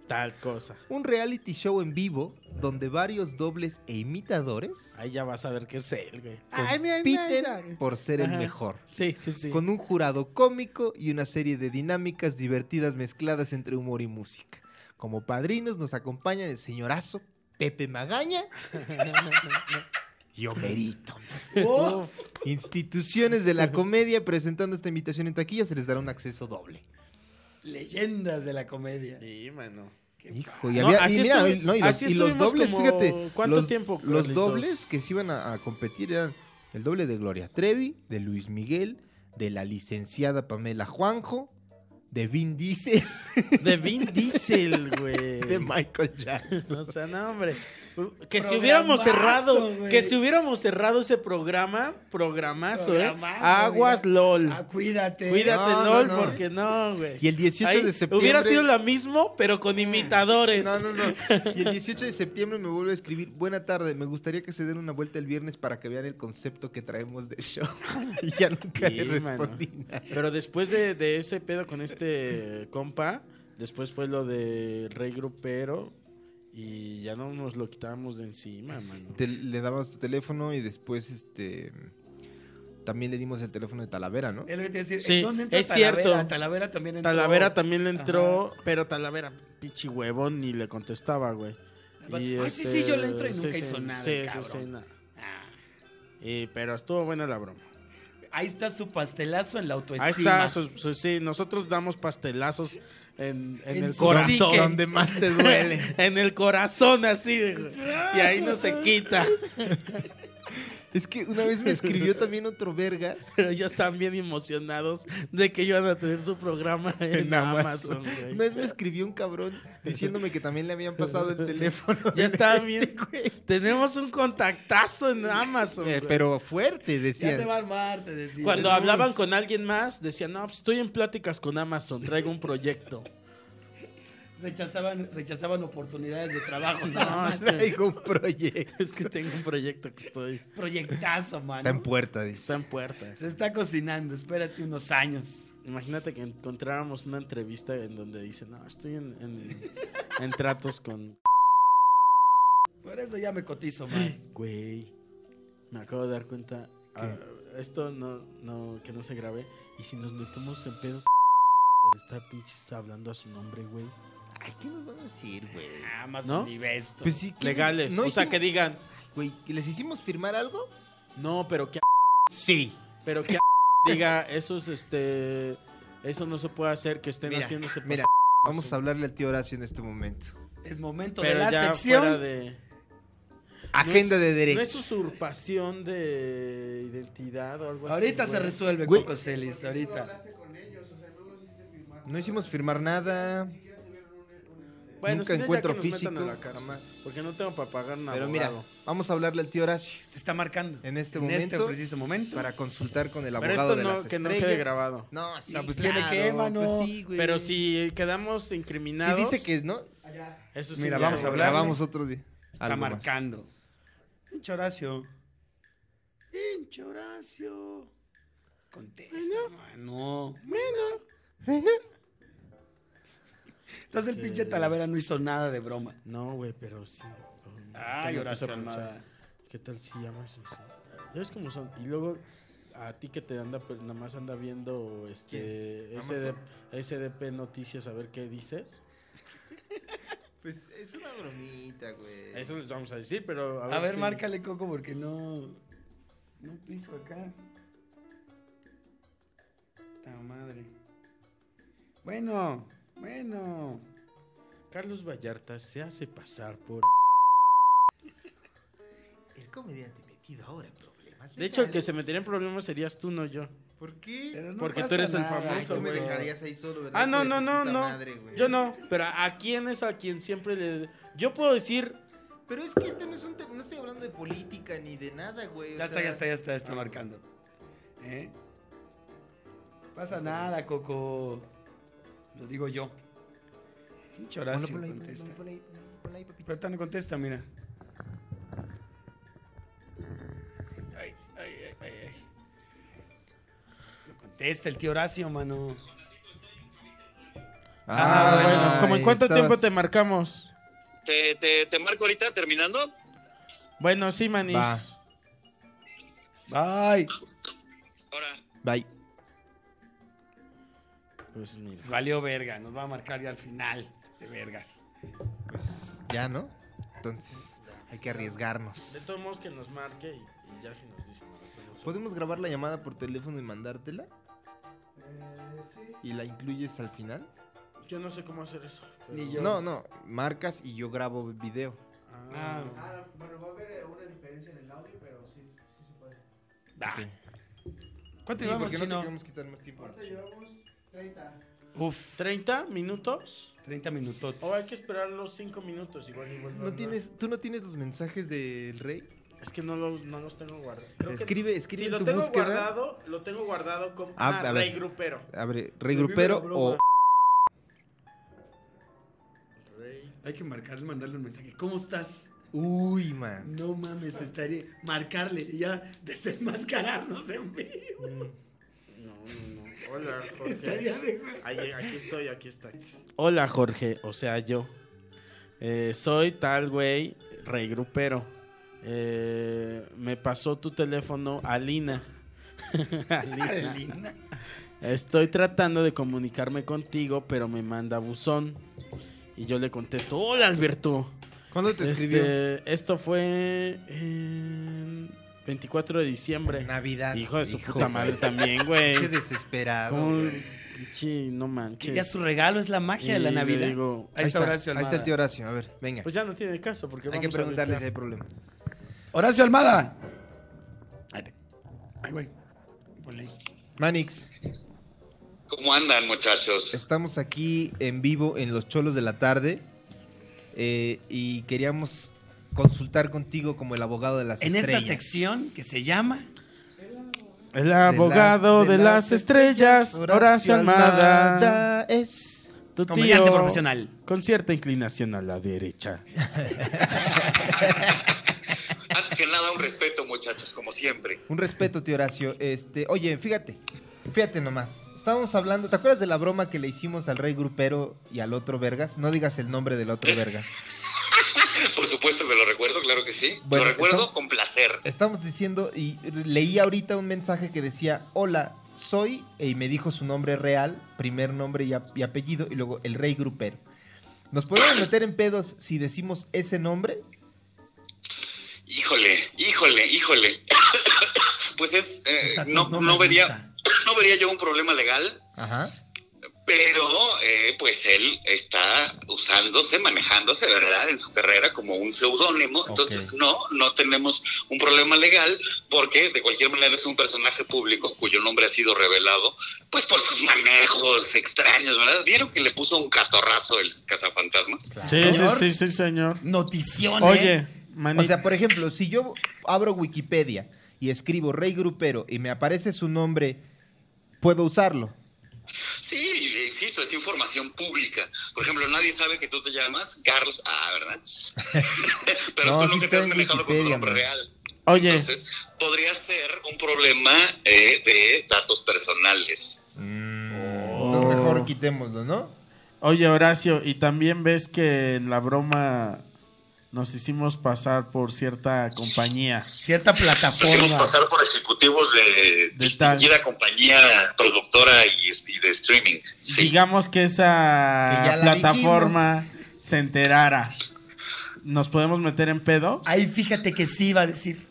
[SPEAKER 2] tal cosa.
[SPEAKER 3] Un Reality Show en Vivo, donde varios dobles e imitadores
[SPEAKER 2] Ahí ya vas a ver qué es él, güey.
[SPEAKER 4] Ay, mira, mira,
[SPEAKER 3] compiten
[SPEAKER 4] mira.
[SPEAKER 3] por ser el
[SPEAKER 2] Ajá.
[SPEAKER 3] mejor.
[SPEAKER 2] Sí, sí, sí.
[SPEAKER 3] con un jurado cómico y una serie de dinámicas divertidas mezcladas entre humor y música. Como padrinos nos acompañan el señorazo Pepe Magaña y Homerito.
[SPEAKER 4] Oh,
[SPEAKER 3] Instituciones de la comedia presentando esta invitación en taquilla se les dará un acceso doble.
[SPEAKER 4] leyendas de la comedia.
[SPEAKER 2] Sí, mano.
[SPEAKER 3] Hijo, y
[SPEAKER 2] No,
[SPEAKER 3] había- y
[SPEAKER 2] así
[SPEAKER 3] mira,
[SPEAKER 2] estuvi-
[SPEAKER 3] no, y los,
[SPEAKER 2] así
[SPEAKER 3] y los
[SPEAKER 2] estuvimos
[SPEAKER 3] dobles,
[SPEAKER 2] como-
[SPEAKER 3] fíjate.
[SPEAKER 2] ¿cuánto
[SPEAKER 3] los-
[SPEAKER 2] tiempo,
[SPEAKER 3] Los
[SPEAKER 2] Carlitos?
[SPEAKER 3] dobles que se iban a, a competir eran el doble de Gloria Trevi, de Luis Miguel, de la licenciada Pamela Juanjo, de Vin Diesel.
[SPEAKER 2] De Vin Diesel, güey.
[SPEAKER 3] de Michael Jackson.
[SPEAKER 2] O sea, no, hombre. Que si
[SPEAKER 4] Programazo,
[SPEAKER 2] hubiéramos cerrado,
[SPEAKER 4] güey.
[SPEAKER 2] que si hubiéramos cerrado ese programa, programazo, ¿eh?
[SPEAKER 4] Programazo,
[SPEAKER 2] Aguas
[SPEAKER 4] mira.
[SPEAKER 2] LOL.
[SPEAKER 4] Ah, cuídate.
[SPEAKER 2] Cuídate,
[SPEAKER 3] No, no,
[SPEAKER 2] LOL,
[SPEAKER 3] no.
[SPEAKER 2] porque no, güey.
[SPEAKER 3] Y el 18
[SPEAKER 2] Ahí
[SPEAKER 3] de septiembre.
[SPEAKER 2] Hubiera sido lo mismo, pero con imitadores.
[SPEAKER 3] No, no, no. Y el 18 de septiembre me vuelve a escribir. Buena tarde, me gustaría que se den una vuelta el viernes para que vean el concepto que traemos de show. Y ya nunca
[SPEAKER 2] Sí,
[SPEAKER 3] le
[SPEAKER 2] mano.
[SPEAKER 3] respondí nada.
[SPEAKER 2] Pero después de, de ese pedo con este compa, después fue lo de Rey Grupero y ya no nos lo quitábamos de encima, mano.
[SPEAKER 3] Te- le dabas tu teléfono y después este también le dimos el teléfono de Talavera, ¿no?
[SPEAKER 4] Es lo que te iba a decir.
[SPEAKER 2] Sí,
[SPEAKER 4] ¿Dónde entra
[SPEAKER 2] es
[SPEAKER 4] Talavera?
[SPEAKER 2] cierto.
[SPEAKER 4] Talavera también entró.
[SPEAKER 2] Talavera también le entró, pero Talavera, pichi huevón, ni le contestaba, güey. Y,
[SPEAKER 4] Ay, sí,
[SPEAKER 2] este,
[SPEAKER 4] sí, yo le entro y nunca
[SPEAKER 2] sí,
[SPEAKER 4] hizo
[SPEAKER 2] sí,
[SPEAKER 4] nada,
[SPEAKER 2] Sí,
[SPEAKER 4] el
[SPEAKER 2] sí, sí,
[SPEAKER 4] cabrón.
[SPEAKER 2] nada.
[SPEAKER 4] Ah,
[SPEAKER 2] Y- pero estuvo buena la broma.
[SPEAKER 4] ahí está su pastelazo en la autoestima.
[SPEAKER 2] Ahí está, su- su- sí, nosotros damos pastelazos en, en
[SPEAKER 4] En
[SPEAKER 2] el
[SPEAKER 4] su
[SPEAKER 2] corazón.
[SPEAKER 4] psique.
[SPEAKER 3] Donde más te duele.
[SPEAKER 2] En el corazón, así. güey. Y ahí no se quita.
[SPEAKER 3] es que una vez me escribió también otro vergas.
[SPEAKER 2] Pero ellos están bien emocionados de que iban a tener su programa en,
[SPEAKER 3] En Amazon.
[SPEAKER 2] Amazon, güey.
[SPEAKER 3] Una vez me escribió un cabrón diciéndome que también le habían pasado el teléfono.
[SPEAKER 2] Ya
[SPEAKER 3] de
[SPEAKER 2] está
[SPEAKER 3] este
[SPEAKER 2] bien.
[SPEAKER 3] güey.
[SPEAKER 2] Tenemos un contactazo en Amazon.
[SPEAKER 3] Eh,
[SPEAKER 2] güey.
[SPEAKER 3] pero fuerte, decía.
[SPEAKER 4] Ya se va a armar, te decía.
[SPEAKER 2] Cuando
[SPEAKER 3] tenemos-
[SPEAKER 2] hablaban con alguien más, decían, no, pues, estoy en pláticas con Amazon, traigo un proyecto.
[SPEAKER 4] Rechazaban, rechazaban oportunidades de trabajo. nada
[SPEAKER 2] No,
[SPEAKER 4] más.
[SPEAKER 2] es que,
[SPEAKER 3] Traigo un proyecto.
[SPEAKER 2] es que tengo un proyecto que estoy...
[SPEAKER 4] Proyectazo, mano.
[SPEAKER 3] Está en puerta, dice.
[SPEAKER 2] Está en puerta.
[SPEAKER 4] Se está cocinando, espérate unos años.
[SPEAKER 2] Imagínate que encontráramos una entrevista en donde dice, no, estoy en, en- en tratos con...
[SPEAKER 4] Por eso ya me cotizo más.
[SPEAKER 2] Güey, me acabo de dar cuenta. ah, esto no, no, que no se grabe. Y si nos metemos en pedos por estar pinches hablando a su nombre, güey.
[SPEAKER 3] Ay, ¿qué nos van a decir, güey?
[SPEAKER 4] Amazon
[SPEAKER 2] ¿No?
[SPEAKER 4] y Besto.
[SPEAKER 3] Pues sí, ¿qué
[SPEAKER 2] Legales.
[SPEAKER 3] les- no
[SPEAKER 2] o sea,
[SPEAKER 3] hicimos-
[SPEAKER 2] que digan,
[SPEAKER 3] Güey, ¿les hicimos firmar algo?
[SPEAKER 2] no, pero que
[SPEAKER 3] Sí.
[SPEAKER 2] Pero que diga, esos, este, eso no se puede hacer, que estén
[SPEAKER 3] Mira,
[SPEAKER 2] haciéndose pasar
[SPEAKER 3] mira,
[SPEAKER 2] por
[SPEAKER 3] vamos
[SPEAKER 2] su-
[SPEAKER 3] a hablarle al tío Horacio en este momento.
[SPEAKER 4] Es momento
[SPEAKER 2] Pero
[SPEAKER 4] de la
[SPEAKER 2] ya fuera
[SPEAKER 4] sección.
[SPEAKER 2] de...
[SPEAKER 3] Agenda
[SPEAKER 2] No es-
[SPEAKER 3] de
[SPEAKER 2] No
[SPEAKER 3] derechos.
[SPEAKER 2] es usurpación de identidad o algo
[SPEAKER 4] Ahorita
[SPEAKER 2] así.
[SPEAKER 4] se
[SPEAKER 2] güey.
[SPEAKER 4] resuelve,
[SPEAKER 3] Güey.
[SPEAKER 4] Coco Celis, ahorita.
[SPEAKER 3] No hicimos firmar nada.
[SPEAKER 2] Bueno,
[SPEAKER 3] Nunca
[SPEAKER 2] si no, ya
[SPEAKER 3] encuentro
[SPEAKER 2] que nos metan
[SPEAKER 3] físico,
[SPEAKER 2] a la cárcel,
[SPEAKER 3] jamás.
[SPEAKER 2] Porque no tengo para pagar nada.
[SPEAKER 3] Pero mira, vamos a hablarle al tío Horacio
[SPEAKER 4] Se está marcando.
[SPEAKER 3] en este
[SPEAKER 4] En
[SPEAKER 3] momento
[SPEAKER 4] este preciso momento.
[SPEAKER 3] para consultar con el
[SPEAKER 2] Pero
[SPEAKER 3] abogado
[SPEAKER 2] esto
[SPEAKER 3] de
[SPEAKER 2] no-
[SPEAKER 3] las
[SPEAKER 2] que no quede
[SPEAKER 3] estrellas.
[SPEAKER 2] grabado.
[SPEAKER 3] No, sí,
[SPEAKER 4] No, pues
[SPEAKER 3] claro,
[SPEAKER 4] tiene que, mano.
[SPEAKER 3] pues sí, güey.
[SPEAKER 2] Pero si quedamos
[SPEAKER 3] Si
[SPEAKER 2] incriminados.
[SPEAKER 3] dice que no,
[SPEAKER 2] Eso sí
[SPEAKER 4] Mira,
[SPEAKER 2] ya
[SPEAKER 4] vamos
[SPEAKER 2] se
[SPEAKER 4] a hablar.
[SPEAKER 2] graba.
[SPEAKER 3] grabamos otro día.
[SPEAKER 4] Está
[SPEAKER 3] Algo más.
[SPEAKER 4] marcando. Pinche Horacio. Pinche Horacio. Contesta, mano. Entonces el pinche Talavera no hizo nada de broma.
[SPEAKER 2] No, güey, pero sí.
[SPEAKER 4] Ay,
[SPEAKER 2] Tengo
[SPEAKER 4] Horacio
[SPEAKER 2] que
[SPEAKER 4] Almada.
[SPEAKER 2] ¿Qué tal si llamas? O sea, Ya ves cómo son. Y luego a ti que te anda, pero nada más anda viendo este
[SPEAKER 3] Amazon.
[SPEAKER 2] SD SDP Noticias a ver qué dices.
[SPEAKER 3] Pues es una bromita, güey.
[SPEAKER 2] Eso les vamos a decir, pero a ver.
[SPEAKER 4] A ver,
[SPEAKER 2] si-
[SPEAKER 4] márcale Coco porque no. No pico acá. Ta madre. Bueno, bueno.
[SPEAKER 2] Carlos Vallarta se hace pasar por.
[SPEAKER 3] El comediante metido ahora en problemas.
[SPEAKER 2] De hecho, el que se metería en problemas serías tú, no yo.
[SPEAKER 3] ¿Por qué?
[SPEAKER 4] Pero no
[SPEAKER 2] Porque tú
[SPEAKER 4] pasa
[SPEAKER 2] eres el
[SPEAKER 4] nada,
[SPEAKER 2] famoso,
[SPEAKER 4] Coco.
[SPEAKER 3] tú me
[SPEAKER 2] güey.
[SPEAKER 3] dejarías ahí solo, ¿verdad?
[SPEAKER 2] Ah, no,
[SPEAKER 3] hijo de
[SPEAKER 2] no,
[SPEAKER 3] tu
[SPEAKER 2] no,
[SPEAKER 3] puta
[SPEAKER 2] no.
[SPEAKER 3] madre, güey?
[SPEAKER 2] Yo no, pero a quién es a quien siempre le. Yo puedo decir.
[SPEAKER 3] Pero es que este no es un tema. No estoy hablando de política ni de nada, güey. o
[SPEAKER 4] Ya está,
[SPEAKER 3] sea,
[SPEAKER 4] ya está, ya está, está marcando. Ah, ¿Eh? Pasa nada, Coco. Lo digo yo. Pinche
[SPEAKER 3] Ponlo,
[SPEAKER 4] Horacio
[SPEAKER 3] ponlo ahí,
[SPEAKER 4] contesta.
[SPEAKER 3] ponlo ahí, ponlo ahí, ponlo ahí, papito.
[SPEAKER 4] Pero ahorita no contesta, mira. Ay, ay, ay, ay, ay. No contesta el tío Horacio, mano.
[SPEAKER 2] Ah, bueno.
[SPEAKER 3] Ay,
[SPEAKER 2] ¿Cómo en cuánto
[SPEAKER 3] estabas-
[SPEAKER 2] tiempo te marcamos?
[SPEAKER 1] ¿Te, te, te marco ahorita terminando?
[SPEAKER 2] Bueno, sí, Manis.
[SPEAKER 3] Va.
[SPEAKER 4] Bye.
[SPEAKER 1] Ahora.
[SPEAKER 3] Bye.
[SPEAKER 2] Pues mira.
[SPEAKER 4] Valió verga, nos va a marcar ya al final de vergas.
[SPEAKER 3] Pues ya, ¿no? Entonces hay que
[SPEAKER 2] De
[SPEAKER 3] arriesgarnos.
[SPEAKER 2] todos modos que nos marque y, y ya si nos dice. no, eso no sé.
[SPEAKER 3] ¿Podemos grabar la llamada por teléfono y mandártela? ¿Y la incluyes al final?
[SPEAKER 2] Yo no sé cómo hacer eso. pero-
[SPEAKER 4] Ni yo.
[SPEAKER 3] No, no. Marcas y yo grabo video.
[SPEAKER 2] Ah.
[SPEAKER 5] Ah, bueno, va a haber una diferencia en el audio, pero sí, sí se puede.
[SPEAKER 4] Bah. ¿Cuánto
[SPEAKER 3] Ah. Sí,
[SPEAKER 4] llevamos,
[SPEAKER 3] porque no te
[SPEAKER 4] chino?
[SPEAKER 3] queremos quitar más tiempo.
[SPEAKER 5] Ahorita llevamos 30.
[SPEAKER 4] Uf,
[SPEAKER 2] ¿30 minutos?
[SPEAKER 4] 30 minutos.
[SPEAKER 2] O hay que esperar los 5 minutos. Igual, igual.
[SPEAKER 3] ¿No tienes, ¿Tú no tienes los mensajes del rey?
[SPEAKER 2] Es que no los, no los tengo guardados. Creo que-
[SPEAKER 3] Escribe, escribe
[SPEAKER 2] si lo
[SPEAKER 3] tu
[SPEAKER 2] tengo
[SPEAKER 3] búsqueda.
[SPEAKER 2] guardado, lo tengo guardado como
[SPEAKER 3] Ah,
[SPEAKER 2] ah,
[SPEAKER 3] a
[SPEAKER 2] Rey
[SPEAKER 3] ver.
[SPEAKER 2] Grupero.
[SPEAKER 3] A ver, rey grupero
[SPEAKER 5] Revive la
[SPEAKER 3] o...
[SPEAKER 5] broma.
[SPEAKER 2] Rey.
[SPEAKER 4] Hay que marcarle, mandarle un mensaje. ¿Cómo estás?
[SPEAKER 3] Uy, man.
[SPEAKER 4] No mames, estaría. Marcarle y ya desenmascararnos en vivo.
[SPEAKER 2] No, no, no. Hola,
[SPEAKER 4] Estaría
[SPEAKER 2] Jorge.
[SPEAKER 4] de güey.
[SPEAKER 2] Ahí- aquí estoy, aquí estoy. Hola, Jorge. O sea, yo. Eh, soy tal güey, Rey Grupero. Eh, me pasó tu teléfono Alina. Alina.
[SPEAKER 4] Linda.
[SPEAKER 2] Estoy tratando de comunicarme contigo, pero me manda buzón. Y yo le contesto, hola Alberto.
[SPEAKER 3] ¿Cuándo te
[SPEAKER 2] Este,
[SPEAKER 3] escribió?
[SPEAKER 2] esto fue en 24 de diciembre.
[SPEAKER 3] Navidad.
[SPEAKER 2] Hijo de su puta madre también, güey.
[SPEAKER 3] Qué desesperado.
[SPEAKER 2] ¿Cómo?
[SPEAKER 3] güey.
[SPEAKER 2] Pinche, no
[SPEAKER 4] Que ya
[SPEAKER 2] manches.
[SPEAKER 4] su regalo es la magia de
[SPEAKER 2] Y
[SPEAKER 4] la
[SPEAKER 2] le
[SPEAKER 4] Navidad.
[SPEAKER 2] digo,
[SPEAKER 4] ahí, está Horacio
[SPEAKER 3] Ahí
[SPEAKER 4] Almada.
[SPEAKER 3] está el tío Horacio. A ver, venga.
[SPEAKER 2] Pues ya no tiene caso porque
[SPEAKER 3] Hay que
[SPEAKER 2] vamos a
[SPEAKER 3] preguntarle si hay
[SPEAKER 2] arreglar.
[SPEAKER 3] problema.
[SPEAKER 4] Horacio Almada. Ay, güey. Ponle ahí.
[SPEAKER 3] Manix,
[SPEAKER 1] ¿Cómo andan, muchachos?
[SPEAKER 3] estamos aquí en vivo en Los Cholos de la Tarde eh, y queríamos consultar contigo como el abogado de las
[SPEAKER 4] En esta
[SPEAKER 3] estrellas.
[SPEAKER 4] sección que se llama.
[SPEAKER 2] El abogado de, las, estrellas, Horacio Almada.
[SPEAKER 3] es...
[SPEAKER 2] Tu
[SPEAKER 4] Comediante
[SPEAKER 2] tío,
[SPEAKER 4] profesional.
[SPEAKER 2] Con cierta inclinación a la derecha.
[SPEAKER 1] Antes que nada, un respeto, muchachos, como siempre.
[SPEAKER 3] Un respeto, tío Horacio. Este, oye, fíjate, fíjate nomás. Estábamos hablando, ¿te acuerdas de la broma que le hicimos al rey grupero y al otro Vergas? No digas el nombre del otro Vergas.
[SPEAKER 1] Por supuesto que lo recuerdo, claro que sí.
[SPEAKER 3] Bueno,
[SPEAKER 1] lo recuerdo
[SPEAKER 3] entonces-
[SPEAKER 1] con placer.
[SPEAKER 3] Estamos diciendo y leí ahorita un mensaje que decía, hola, soy, e y me dijo su nombre real, primer nombre y, ap- y apellido, y luego el rey grupero. ¿Nos podemos meter en pedos si decimos ese nombre?
[SPEAKER 1] Híjole, híjole, híjole. pues es. eh,
[SPEAKER 4] Exacto,
[SPEAKER 1] no,
[SPEAKER 4] me
[SPEAKER 1] no, vería,
[SPEAKER 4] gusta.
[SPEAKER 1] no vería yo un problema legal,
[SPEAKER 3] Ajá.
[SPEAKER 1] pero eh, pues él está usándose, manejándose, ¿verdad? En su carrera como un seudónimo. Entonces, no, no tenemos un problema legal porque de cualquier manera es un personaje público cuyo nombre ha sido revelado, pues por sus manejos extraños, ¿verdad? ¿Vieron que le puso un catorrazo el cazafantasmas?
[SPEAKER 2] Sí, sí,
[SPEAKER 4] señor.
[SPEAKER 2] sí, sí, señor.
[SPEAKER 4] Notición.
[SPEAKER 2] Oye,
[SPEAKER 4] ¿eh?
[SPEAKER 2] Manix.
[SPEAKER 3] O sea, por ejemplo, si yo abro Wikipedia y escribo rey grupero y me aparece su nombre, ¿puedo usarlo?
[SPEAKER 1] Sí, insisto, es información pública. Por ejemplo, nadie sabe que tú te llamas Carlos Ah, ¿verdad? Pero
[SPEAKER 3] No,
[SPEAKER 1] tú
[SPEAKER 3] sí
[SPEAKER 1] nunca
[SPEAKER 3] está
[SPEAKER 1] te has
[SPEAKER 3] en
[SPEAKER 1] manejado con tu
[SPEAKER 3] Wikipedia,
[SPEAKER 1] nombre
[SPEAKER 3] man.
[SPEAKER 1] real.
[SPEAKER 2] Oye,
[SPEAKER 1] Entonces, podría ser un problema eh, de datos personales.
[SPEAKER 2] Mm.
[SPEAKER 3] Entonces
[SPEAKER 2] Oh.
[SPEAKER 3] mejor quitémoslo, ¿no?
[SPEAKER 2] oye, Horacio, y también ves que en la broma nos hicimos pasar por cierta compañía.
[SPEAKER 4] Cierta
[SPEAKER 1] Podemos
[SPEAKER 4] plataforma.
[SPEAKER 1] pasar por ejecutivos de,
[SPEAKER 2] De tal.
[SPEAKER 1] distinguida compañía productora y, y de streaming. Sí.
[SPEAKER 2] Digamos que esa
[SPEAKER 3] Que ya la
[SPEAKER 2] plataforma se enterara. ¿Nos podemos meter en pedos?
[SPEAKER 4] Ahí fíjate que sí iba a decir.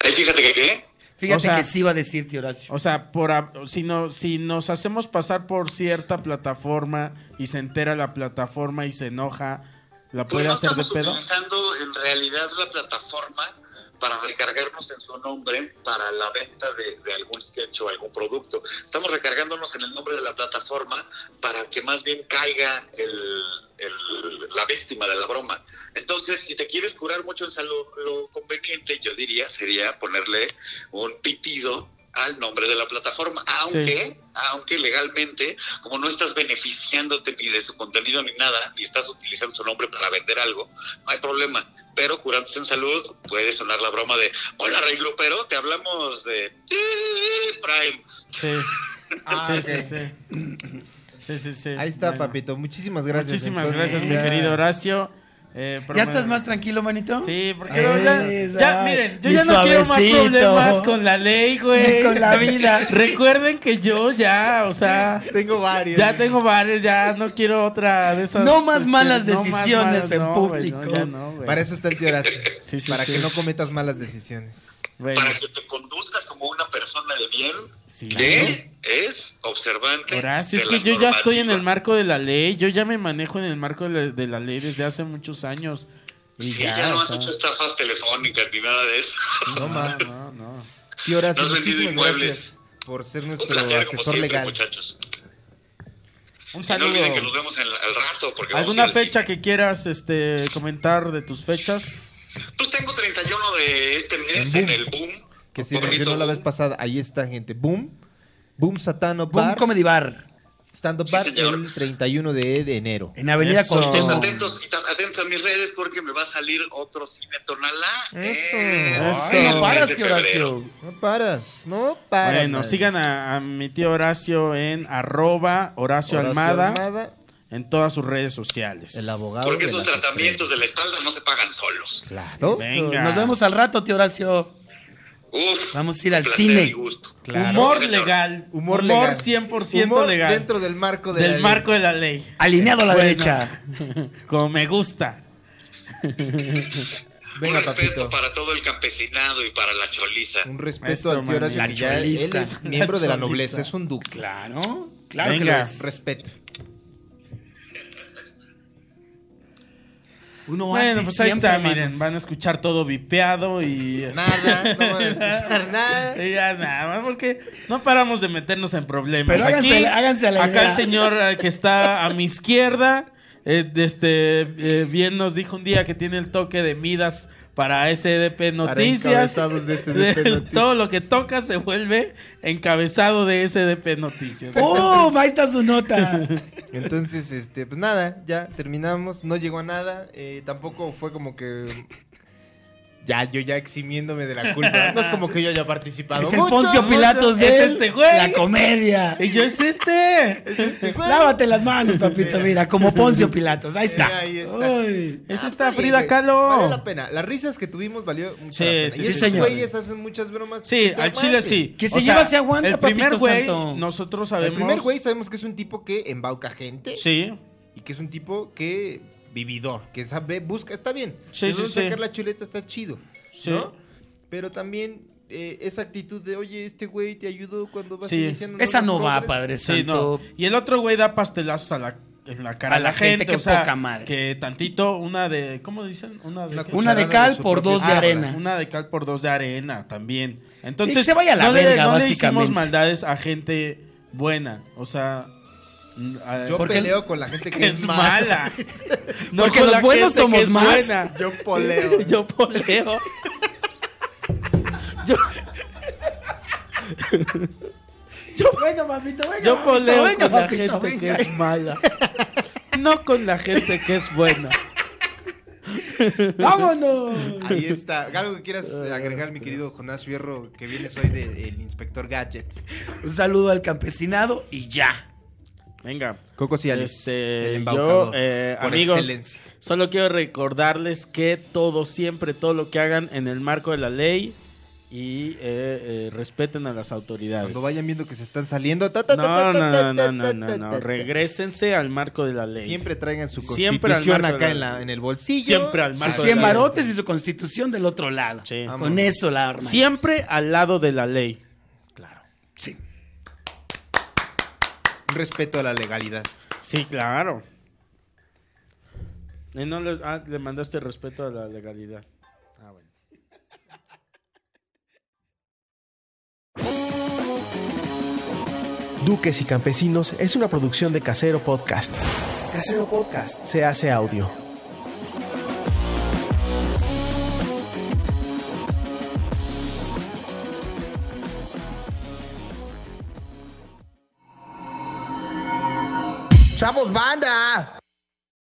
[SPEAKER 1] Ahí fíjate que qué.
[SPEAKER 4] Fíjate
[SPEAKER 2] O sea-
[SPEAKER 4] que sí iba a decir, tío Horacio.
[SPEAKER 2] O sea, por, a- si, no, si nos hacemos pasar por cierta plataforma y se entera la plataforma y se enoja, ¿la
[SPEAKER 1] Pues
[SPEAKER 2] puede
[SPEAKER 1] no
[SPEAKER 2] hacer de
[SPEAKER 1] estamos
[SPEAKER 2] pedo?
[SPEAKER 1] utilizando en realidad la plataforma para recargarnos en su nombre para la venta de, de algún sketch o algún producto. Estamos recargándonos en el nombre de la plataforma para que más bien caiga el, el- la víctima de la broma. Entonces, si te quieres curar mucho en salud, lo conveniente, yo diría, sería ponerle un pitido al nombre de la plataforma, aunque, aunque legalmente, como no estás beneficiándote ni de su contenido ni nada, ni estás utilizando su nombre para vender algo, no hay problema. Pero curándose en salud puede sonar la broma de, hola Rey Grupero, te hablamos de Prime.
[SPEAKER 2] Sí.
[SPEAKER 4] Ah,
[SPEAKER 2] sí,
[SPEAKER 4] ok.
[SPEAKER 2] sí, sí. Sí, sí, sí.
[SPEAKER 3] Ahí está,
[SPEAKER 2] Bueno.
[SPEAKER 3] papito. Muchísimas gracias.
[SPEAKER 2] Muchísimas
[SPEAKER 3] Entonces,
[SPEAKER 2] gracias, mi
[SPEAKER 3] ya-
[SPEAKER 2] querido Horacio. Eh,
[SPEAKER 4] ¿Ya
[SPEAKER 2] promedio-
[SPEAKER 4] estás más tranquilo, manito?
[SPEAKER 2] Sí, porque
[SPEAKER 4] Eh,
[SPEAKER 2] no, ya, ya,
[SPEAKER 4] ay,
[SPEAKER 2] miren, yo
[SPEAKER 4] mi
[SPEAKER 2] ya no quiero más
[SPEAKER 4] suavecito.
[SPEAKER 2] problemas con la ley, güey.
[SPEAKER 4] Ni con la vida.
[SPEAKER 2] Recuerden que yo ya, o sea,
[SPEAKER 3] Tengo varios.
[SPEAKER 2] ya tengo varios, ya no quiero otra de esas.
[SPEAKER 4] No más
[SPEAKER 2] este,
[SPEAKER 4] malas
[SPEAKER 2] no más
[SPEAKER 4] decisiones
[SPEAKER 2] malas,
[SPEAKER 4] en
[SPEAKER 2] no, güey, no,
[SPEAKER 4] público.
[SPEAKER 2] ya no, güey.
[SPEAKER 3] Para eso está el tío Horacio.
[SPEAKER 2] Sí, sí,
[SPEAKER 3] para
[SPEAKER 2] sí.
[SPEAKER 3] que no cometas malas decisiones.
[SPEAKER 2] Bueno,
[SPEAKER 1] Para que te conduzcas como una persona de bien
[SPEAKER 2] sí.
[SPEAKER 1] que es observante.
[SPEAKER 2] Horacio, es
[SPEAKER 1] de
[SPEAKER 2] que
[SPEAKER 1] la
[SPEAKER 2] yo ya estoy en el
[SPEAKER 1] normativa.
[SPEAKER 2] marco de la ley, yo ya me manejo en el marco de la, de la ley desde hace muchos años. Y
[SPEAKER 1] Sí,
[SPEAKER 2] ya,
[SPEAKER 1] ya no
[SPEAKER 2] o
[SPEAKER 1] has
[SPEAKER 2] sea,
[SPEAKER 1] hecho estafas telefónicas ni nada de eso.
[SPEAKER 3] No más.
[SPEAKER 2] No, no.
[SPEAKER 3] Tío Horacio,
[SPEAKER 1] No has vendido
[SPEAKER 3] muchísimas
[SPEAKER 1] inmuebles.
[SPEAKER 3] gracias por ser
[SPEAKER 1] Un
[SPEAKER 3] nuestro
[SPEAKER 1] placer, como
[SPEAKER 3] asesor
[SPEAKER 1] siempre,
[SPEAKER 3] legal.
[SPEAKER 1] muchachos.
[SPEAKER 2] Un
[SPEAKER 1] Y No
[SPEAKER 2] saludo.
[SPEAKER 1] olviden que nos vemos en- al rato. Porque vamos a
[SPEAKER 2] ¿Alguna
[SPEAKER 1] ir al
[SPEAKER 2] fecha
[SPEAKER 1] cine.
[SPEAKER 2] que quieras este, comentar de tus fechas?
[SPEAKER 1] Pues tengo 31 de este mes
[SPEAKER 3] En
[SPEAKER 1] en,
[SPEAKER 3] Boom.
[SPEAKER 1] el Boom.
[SPEAKER 3] Que se
[SPEAKER 1] Bonito
[SPEAKER 3] mencionó la
[SPEAKER 1] Boom.
[SPEAKER 3] vez pasada. Ahí está, gente. Boom. Boom Satano
[SPEAKER 4] Boom
[SPEAKER 3] Bar.
[SPEAKER 4] Comedy Bar.
[SPEAKER 3] Stand Up
[SPEAKER 1] Sí,
[SPEAKER 3] Bar
[SPEAKER 1] señor.
[SPEAKER 3] el 31 de, de enero.
[SPEAKER 4] En Avenida
[SPEAKER 2] Eso.
[SPEAKER 1] Pues
[SPEAKER 4] Cuauhtémoc.
[SPEAKER 1] atentos, atentos a mis redes porque me va a salir otro cine tonalá.
[SPEAKER 3] Eso,
[SPEAKER 1] eh,
[SPEAKER 2] eso.
[SPEAKER 1] el
[SPEAKER 4] No paras,
[SPEAKER 1] mes de
[SPEAKER 4] tío
[SPEAKER 1] febrero.
[SPEAKER 4] Horacio.
[SPEAKER 3] No paras, no paras.
[SPEAKER 2] bueno, sigan a, a mi tío Horacio en arroba Horacio, Almada, en todas sus redes sociales.
[SPEAKER 3] el abogado.
[SPEAKER 1] Porque
[SPEAKER 3] de
[SPEAKER 1] esos
[SPEAKER 3] las
[SPEAKER 1] tratamientos de la espalda no se pagan solos.
[SPEAKER 3] estrellas. Claro.
[SPEAKER 2] Venga.
[SPEAKER 4] Nos vemos al rato, tío Horacio.
[SPEAKER 1] Uf,
[SPEAKER 4] Vamos a ir al
[SPEAKER 1] placer
[SPEAKER 4] cine.
[SPEAKER 1] y gusto.
[SPEAKER 3] Claro.
[SPEAKER 2] Humor
[SPEAKER 1] Señor.
[SPEAKER 2] legal.
[SPEAKER 3] Humor legal.
[SPEAKER 2] 100%
[SPEAKER 3] Humor
[SPEAKER 2] legal.
[SPEAKER 3] Dentro del marco de
[SPEAKER 2] del
[SPEAKER 3] la ley.
[SPEAKER 2] marco de la ley.
[SPEAKER 4] Alineado a la
[SPEAKER 2] Bueno.
[SPEAKER 4] derecha.
[SPEAKER 2] Como me gusta.
[SPEAKER 3] Venga,
[SPEAKER 1] Un respeto
[SPEAKER 3] papito.
[SPEAKER 1] para todo el campesinado y para la choliza.
[SPEAKER 3] Un respeto
[SPEAKER 2] Eso,
[SPEAKER 3] al tío Horacio,
[SPEAKER 2] mami.
[SPEAKER 3] que
[SPEAKER 2] La
[SPEAKER 3] ya él
[SPEAKER 2] choliza.
[SPEAKER 3] es miembro
[SPEAKER 2] La
[SPEAKER 3] de la
[SPEAKER 2] choliza.
[SPEAKER 3] nobleza, es un duque.
[SPEAKER 4] Claro. Claro que
[SPEAKER 2] Venga.
[SPEAKER 4] lo es.
[SPEAKER 3] Respeto.
[SPEAKER 4] Uno
[SPEAKER 2] bueno,
[SPEAKER 4] hace
[SPEAKER 2] pues ahí
[SPEAKER 4] siempre,
[SPEAKER 2] está,
[SPEAKER 4] mano.
[SPEAKER 2] miren. Van a escuchar todo vipeado y... este,
[SPEAKER 3] Nada, no van a escuchar nada.
[SPEAKER 2] Y ya nada más, porque no paramos de meternos en problemas.
[SPEAKER 4] Pero háganse-
[SPEAKER 2] Aquí,
[SPEAKER 4] háganse a la
[SPEAKER 2] acá
[SPEAKER 4] idea.
[SPEAKER 2] el señor eh, que está a mi izquierda, eh, de este, eh, bien nos dijo un día que tiene el toque de Midas para SDP Noticias.
[SPEAKER 3] encabezados de SDP
[SPEAKER 2] Del-
[SPEAKER 3] Noticias.
[SPEAKER 2] Todo lo que toca se vuelve encabezado de SDP Noticias.
[SPEAKER 4] ¡Oh! Ahí está su nota.
[SPEAKER 3] Entonces, este, pues nada, ya terminamos, no llegó a nada, eh, tampoco fue como que... Ya, yo ya eximiéndome de la culpa. No es como que yo haya participado
[SPEAKER 4] Es el
[SPEAKER 3] mucho.
[SPEAKER 4] Poncio Pilatos
[SPEAKER 2] mucho.
[SPEAKER 4] de
[SPEAKER 2] Es este güey.
[SPEAKER 4] la comedia.
[SPEAKER 2] Y yo es este.
[SPEAKER 4] Lávate las manos, papito, mira, como Poncio Pilatos. Ahí está.
[SPEAKER 3] Eh, ahí está.
[SPEAKER 4] Uy.
[SPEAKER 2] Es
[SPEAKER 3] Ah,
[SPEAKER 2] esta
[SPEAKER 3] bien,
[SPEAKER 2] Frida
[SPEAKER 3] güey.
[SPEAKER 2] Kahlo.
[SPEAKER 3] Valió la pena. Las risas que tuvimos valió mucho
[SPEAKER 2] Sí,
[SPEAKER 3] la pena.
[SPEAKER 2] sí,
[SPEAKER 3] y
[SPEAKER 2] sí,
[SPEAKER 3] esos
[SPEAKER 4] señor.
[SPEAKER 3] güeyes hacen muchas bromas.
[SPEAKER 2] Sí,
[SPEAKER 3] que se
[SPEAKER 2] al chile
[SPEAKER 3] aguanten.
[SPEAKER 2] sí.
[SPEAKER 4] Que se lleva, se aguanta,
[SPEAKER 2] El primer
[SPEAKER 4] papito
[SPEAKER 2] güey,
[SPEAKER 4] santo.
[SPEAKER 2] nosotros
[SPEAKER 3] El
[SPEAKER 2] sabemos.
[SPEAKER 3] primer güey sabemos que es un tipo que embauca gente
[SPEAKER 2] Sí,
[SPEAKER 3] y que es un tipo que vividor, que sabe, busca, está bien.
[SPEAKER 2] Sí,
[SPEAKER 3] De
[SPEAKER 2] sí,
[SPEAKER 3] dónde
[SPEAKER 2] sí.
[SPEAKER 3] sacar la chuleta está chido,
[SPEAKER 2] Sí.
[SPEAKER 3] ¿no? Pero también eh, esa actitud de, oye, este güey te ayudó cuando vas
[SPEAKER 2] Sí.
[SPEAKER 3] iniciando.
[SPEAKER 4] Esa
[SPEAKER 3] las
[SPEAKER 4] no va,
[SPEAKER 3] compres".
[SPEAKER 4] Padre
[SPEAKER 2] Sí,
[SPEAKER 4] Santo.
[SPEAKER 2] no. Y el otro güey da pastelazos a la, en la cara a la, gente.
[SPEAKER 4] qué
[SPEAKER 2] o sea,
[SPEAKER 4] poca madre.
[SPEAKER 2] Que tantito, una de. ¿Cómo dicen? Una de.
[SPEAKER 3] Una
[SPEAKER 2] ¿qué?
[SPEAKER 3] cucharada
[SPEAKER 4] Una de cal
[SPEAKER 3] su
[SPEAKER 4] por
[SPEAKER 3] propia
[SPEAKER 4] dos de
[SPEAKER 3] sábana.
[SPEAKER 4] arena.
[SPEAKER 2] Ah, Una de cal por dos de arena también. Entonces.
[SPEAKER 4] Sí, que se vaya a la
[SPEAKER 2] no
[SPEAKER 4] verga,
[SPEAKER 2] le, no le hicimos
[SPEAKER 4] básicamente.
[SPEAKER 2] maldades a gente buena. O sea. mm, a-
[SPEAKER 3] Yo
[SPEAKER 4] Porque-
[SPEAKER 3] peleo con la gente que,
[SPEAKER 2] que es mala. No
[SPEAKER 4] Porque
[SPEAKER 2] con
[SPEAKER 4] los
[SPEAKER 2] la
[SPEAKER 4] buenos
[SPEAKER 2] gente que
[SPEAKER 4] somos
[SPEAKER 2] es
[SPEAKER 4] más.
[SPEAKER 2] buena.
[SPEAKER 3] Yo poleo.
[SPEAKER 2] Yo poleo. Yo,
[SPEAKER 4] Bueno, mamito, venga.
[SPEAKER 2] yo
[SPEAKER 4] mamito,
[SPEAKER 2] poleo
[SPEAKER 4] venga,
[SPEAKER 2] con la
[SPEAKER 4] papito,
[SPEAKER 2] gente
[SPEAKER 4] venga.
[SPEAKER 2] que es mala. No con la gente que es buena.
[SPEAKER 4] ¡Vámonos!
[SPEAKER 3] Ahí está. Algo que quieras eh, agregar, mi querido Jonás Fierro, que vienes hoy del inspector Gadget.
[SPEAKER 4] Un saludo al campesinado y ya.
[SPEAKER 2] Venga.
[SPEAKER 3] Coco Cialis, el
[SPEAKER 2] Este, yo,
[SPEAKER 3] embaucador
[SPEAKER 2] eh,
[SPEAKER 3] por
[SPEAKER 2] amigos,
[SPEAKER 3] excelencia.
[SPEAKER 2] solo quiero recordarles que todo, siempre, todo lo que hagan en el marco de la ley y eh, eh, respeten a las autoridades.
[SPEAKER 3] Cuando vayan viendo que se están saliendo. ta, ta,
[SPEAKER 2] Pues. No,
[SPEAKER 3] ta, ta,
[SPEAKER 2] no, no,
[SPEAKER 3] ta,
[SPEAKER 2] no,
[SPEAKER 3] ta,
[SPEAKER 2] no, no,
[SPEAKER 3] ta,
[SPEAKER 2] no.
[SPEAKER 3] ta, ta.
[SPEAKER 2] Regrésense al marco de la ley.
[SPEAKER 3] Siempre traigan su
[SPEAKER 2] Siempre al
[SPEAKER 3] constitución
[SPEAKER 2] marco
[SPEAKER 3] acá
[SPEAKER 2] de
[SPEAKER 3] en,
[SPEAKER 2] la-
[SPEAKER 3] la, en el bolsillo.
[SPEAKER 2] Siempre al
[SPEAKER 3] Sus
[SPEAKER 2] marco
[SPEAKER 4] Sus
[SPEAKER 2] de
[SPEAKER 4] 100
[SPEAKER 2] la ley.
[SPEAKER 4] barotes y su constitución del otro lado.
[SPEAKER 2] Sí.
[SPEAKER 4] Con eso la arma.
[SPEAKER 2] Siempre al lado de la ley.
[SPEAKER 4] Claro. Sí.
[SPEAKER 3] Un respeto a la legalidad.
[SPEAKER 2] Sí, claro. Y no le, ah, le mandaste respeto a la legalidad. Ah, bueno.
[SPEAKER 6] Duques y Campesinos es una producción de Casero Podcast. Casero Podcast se hace audio.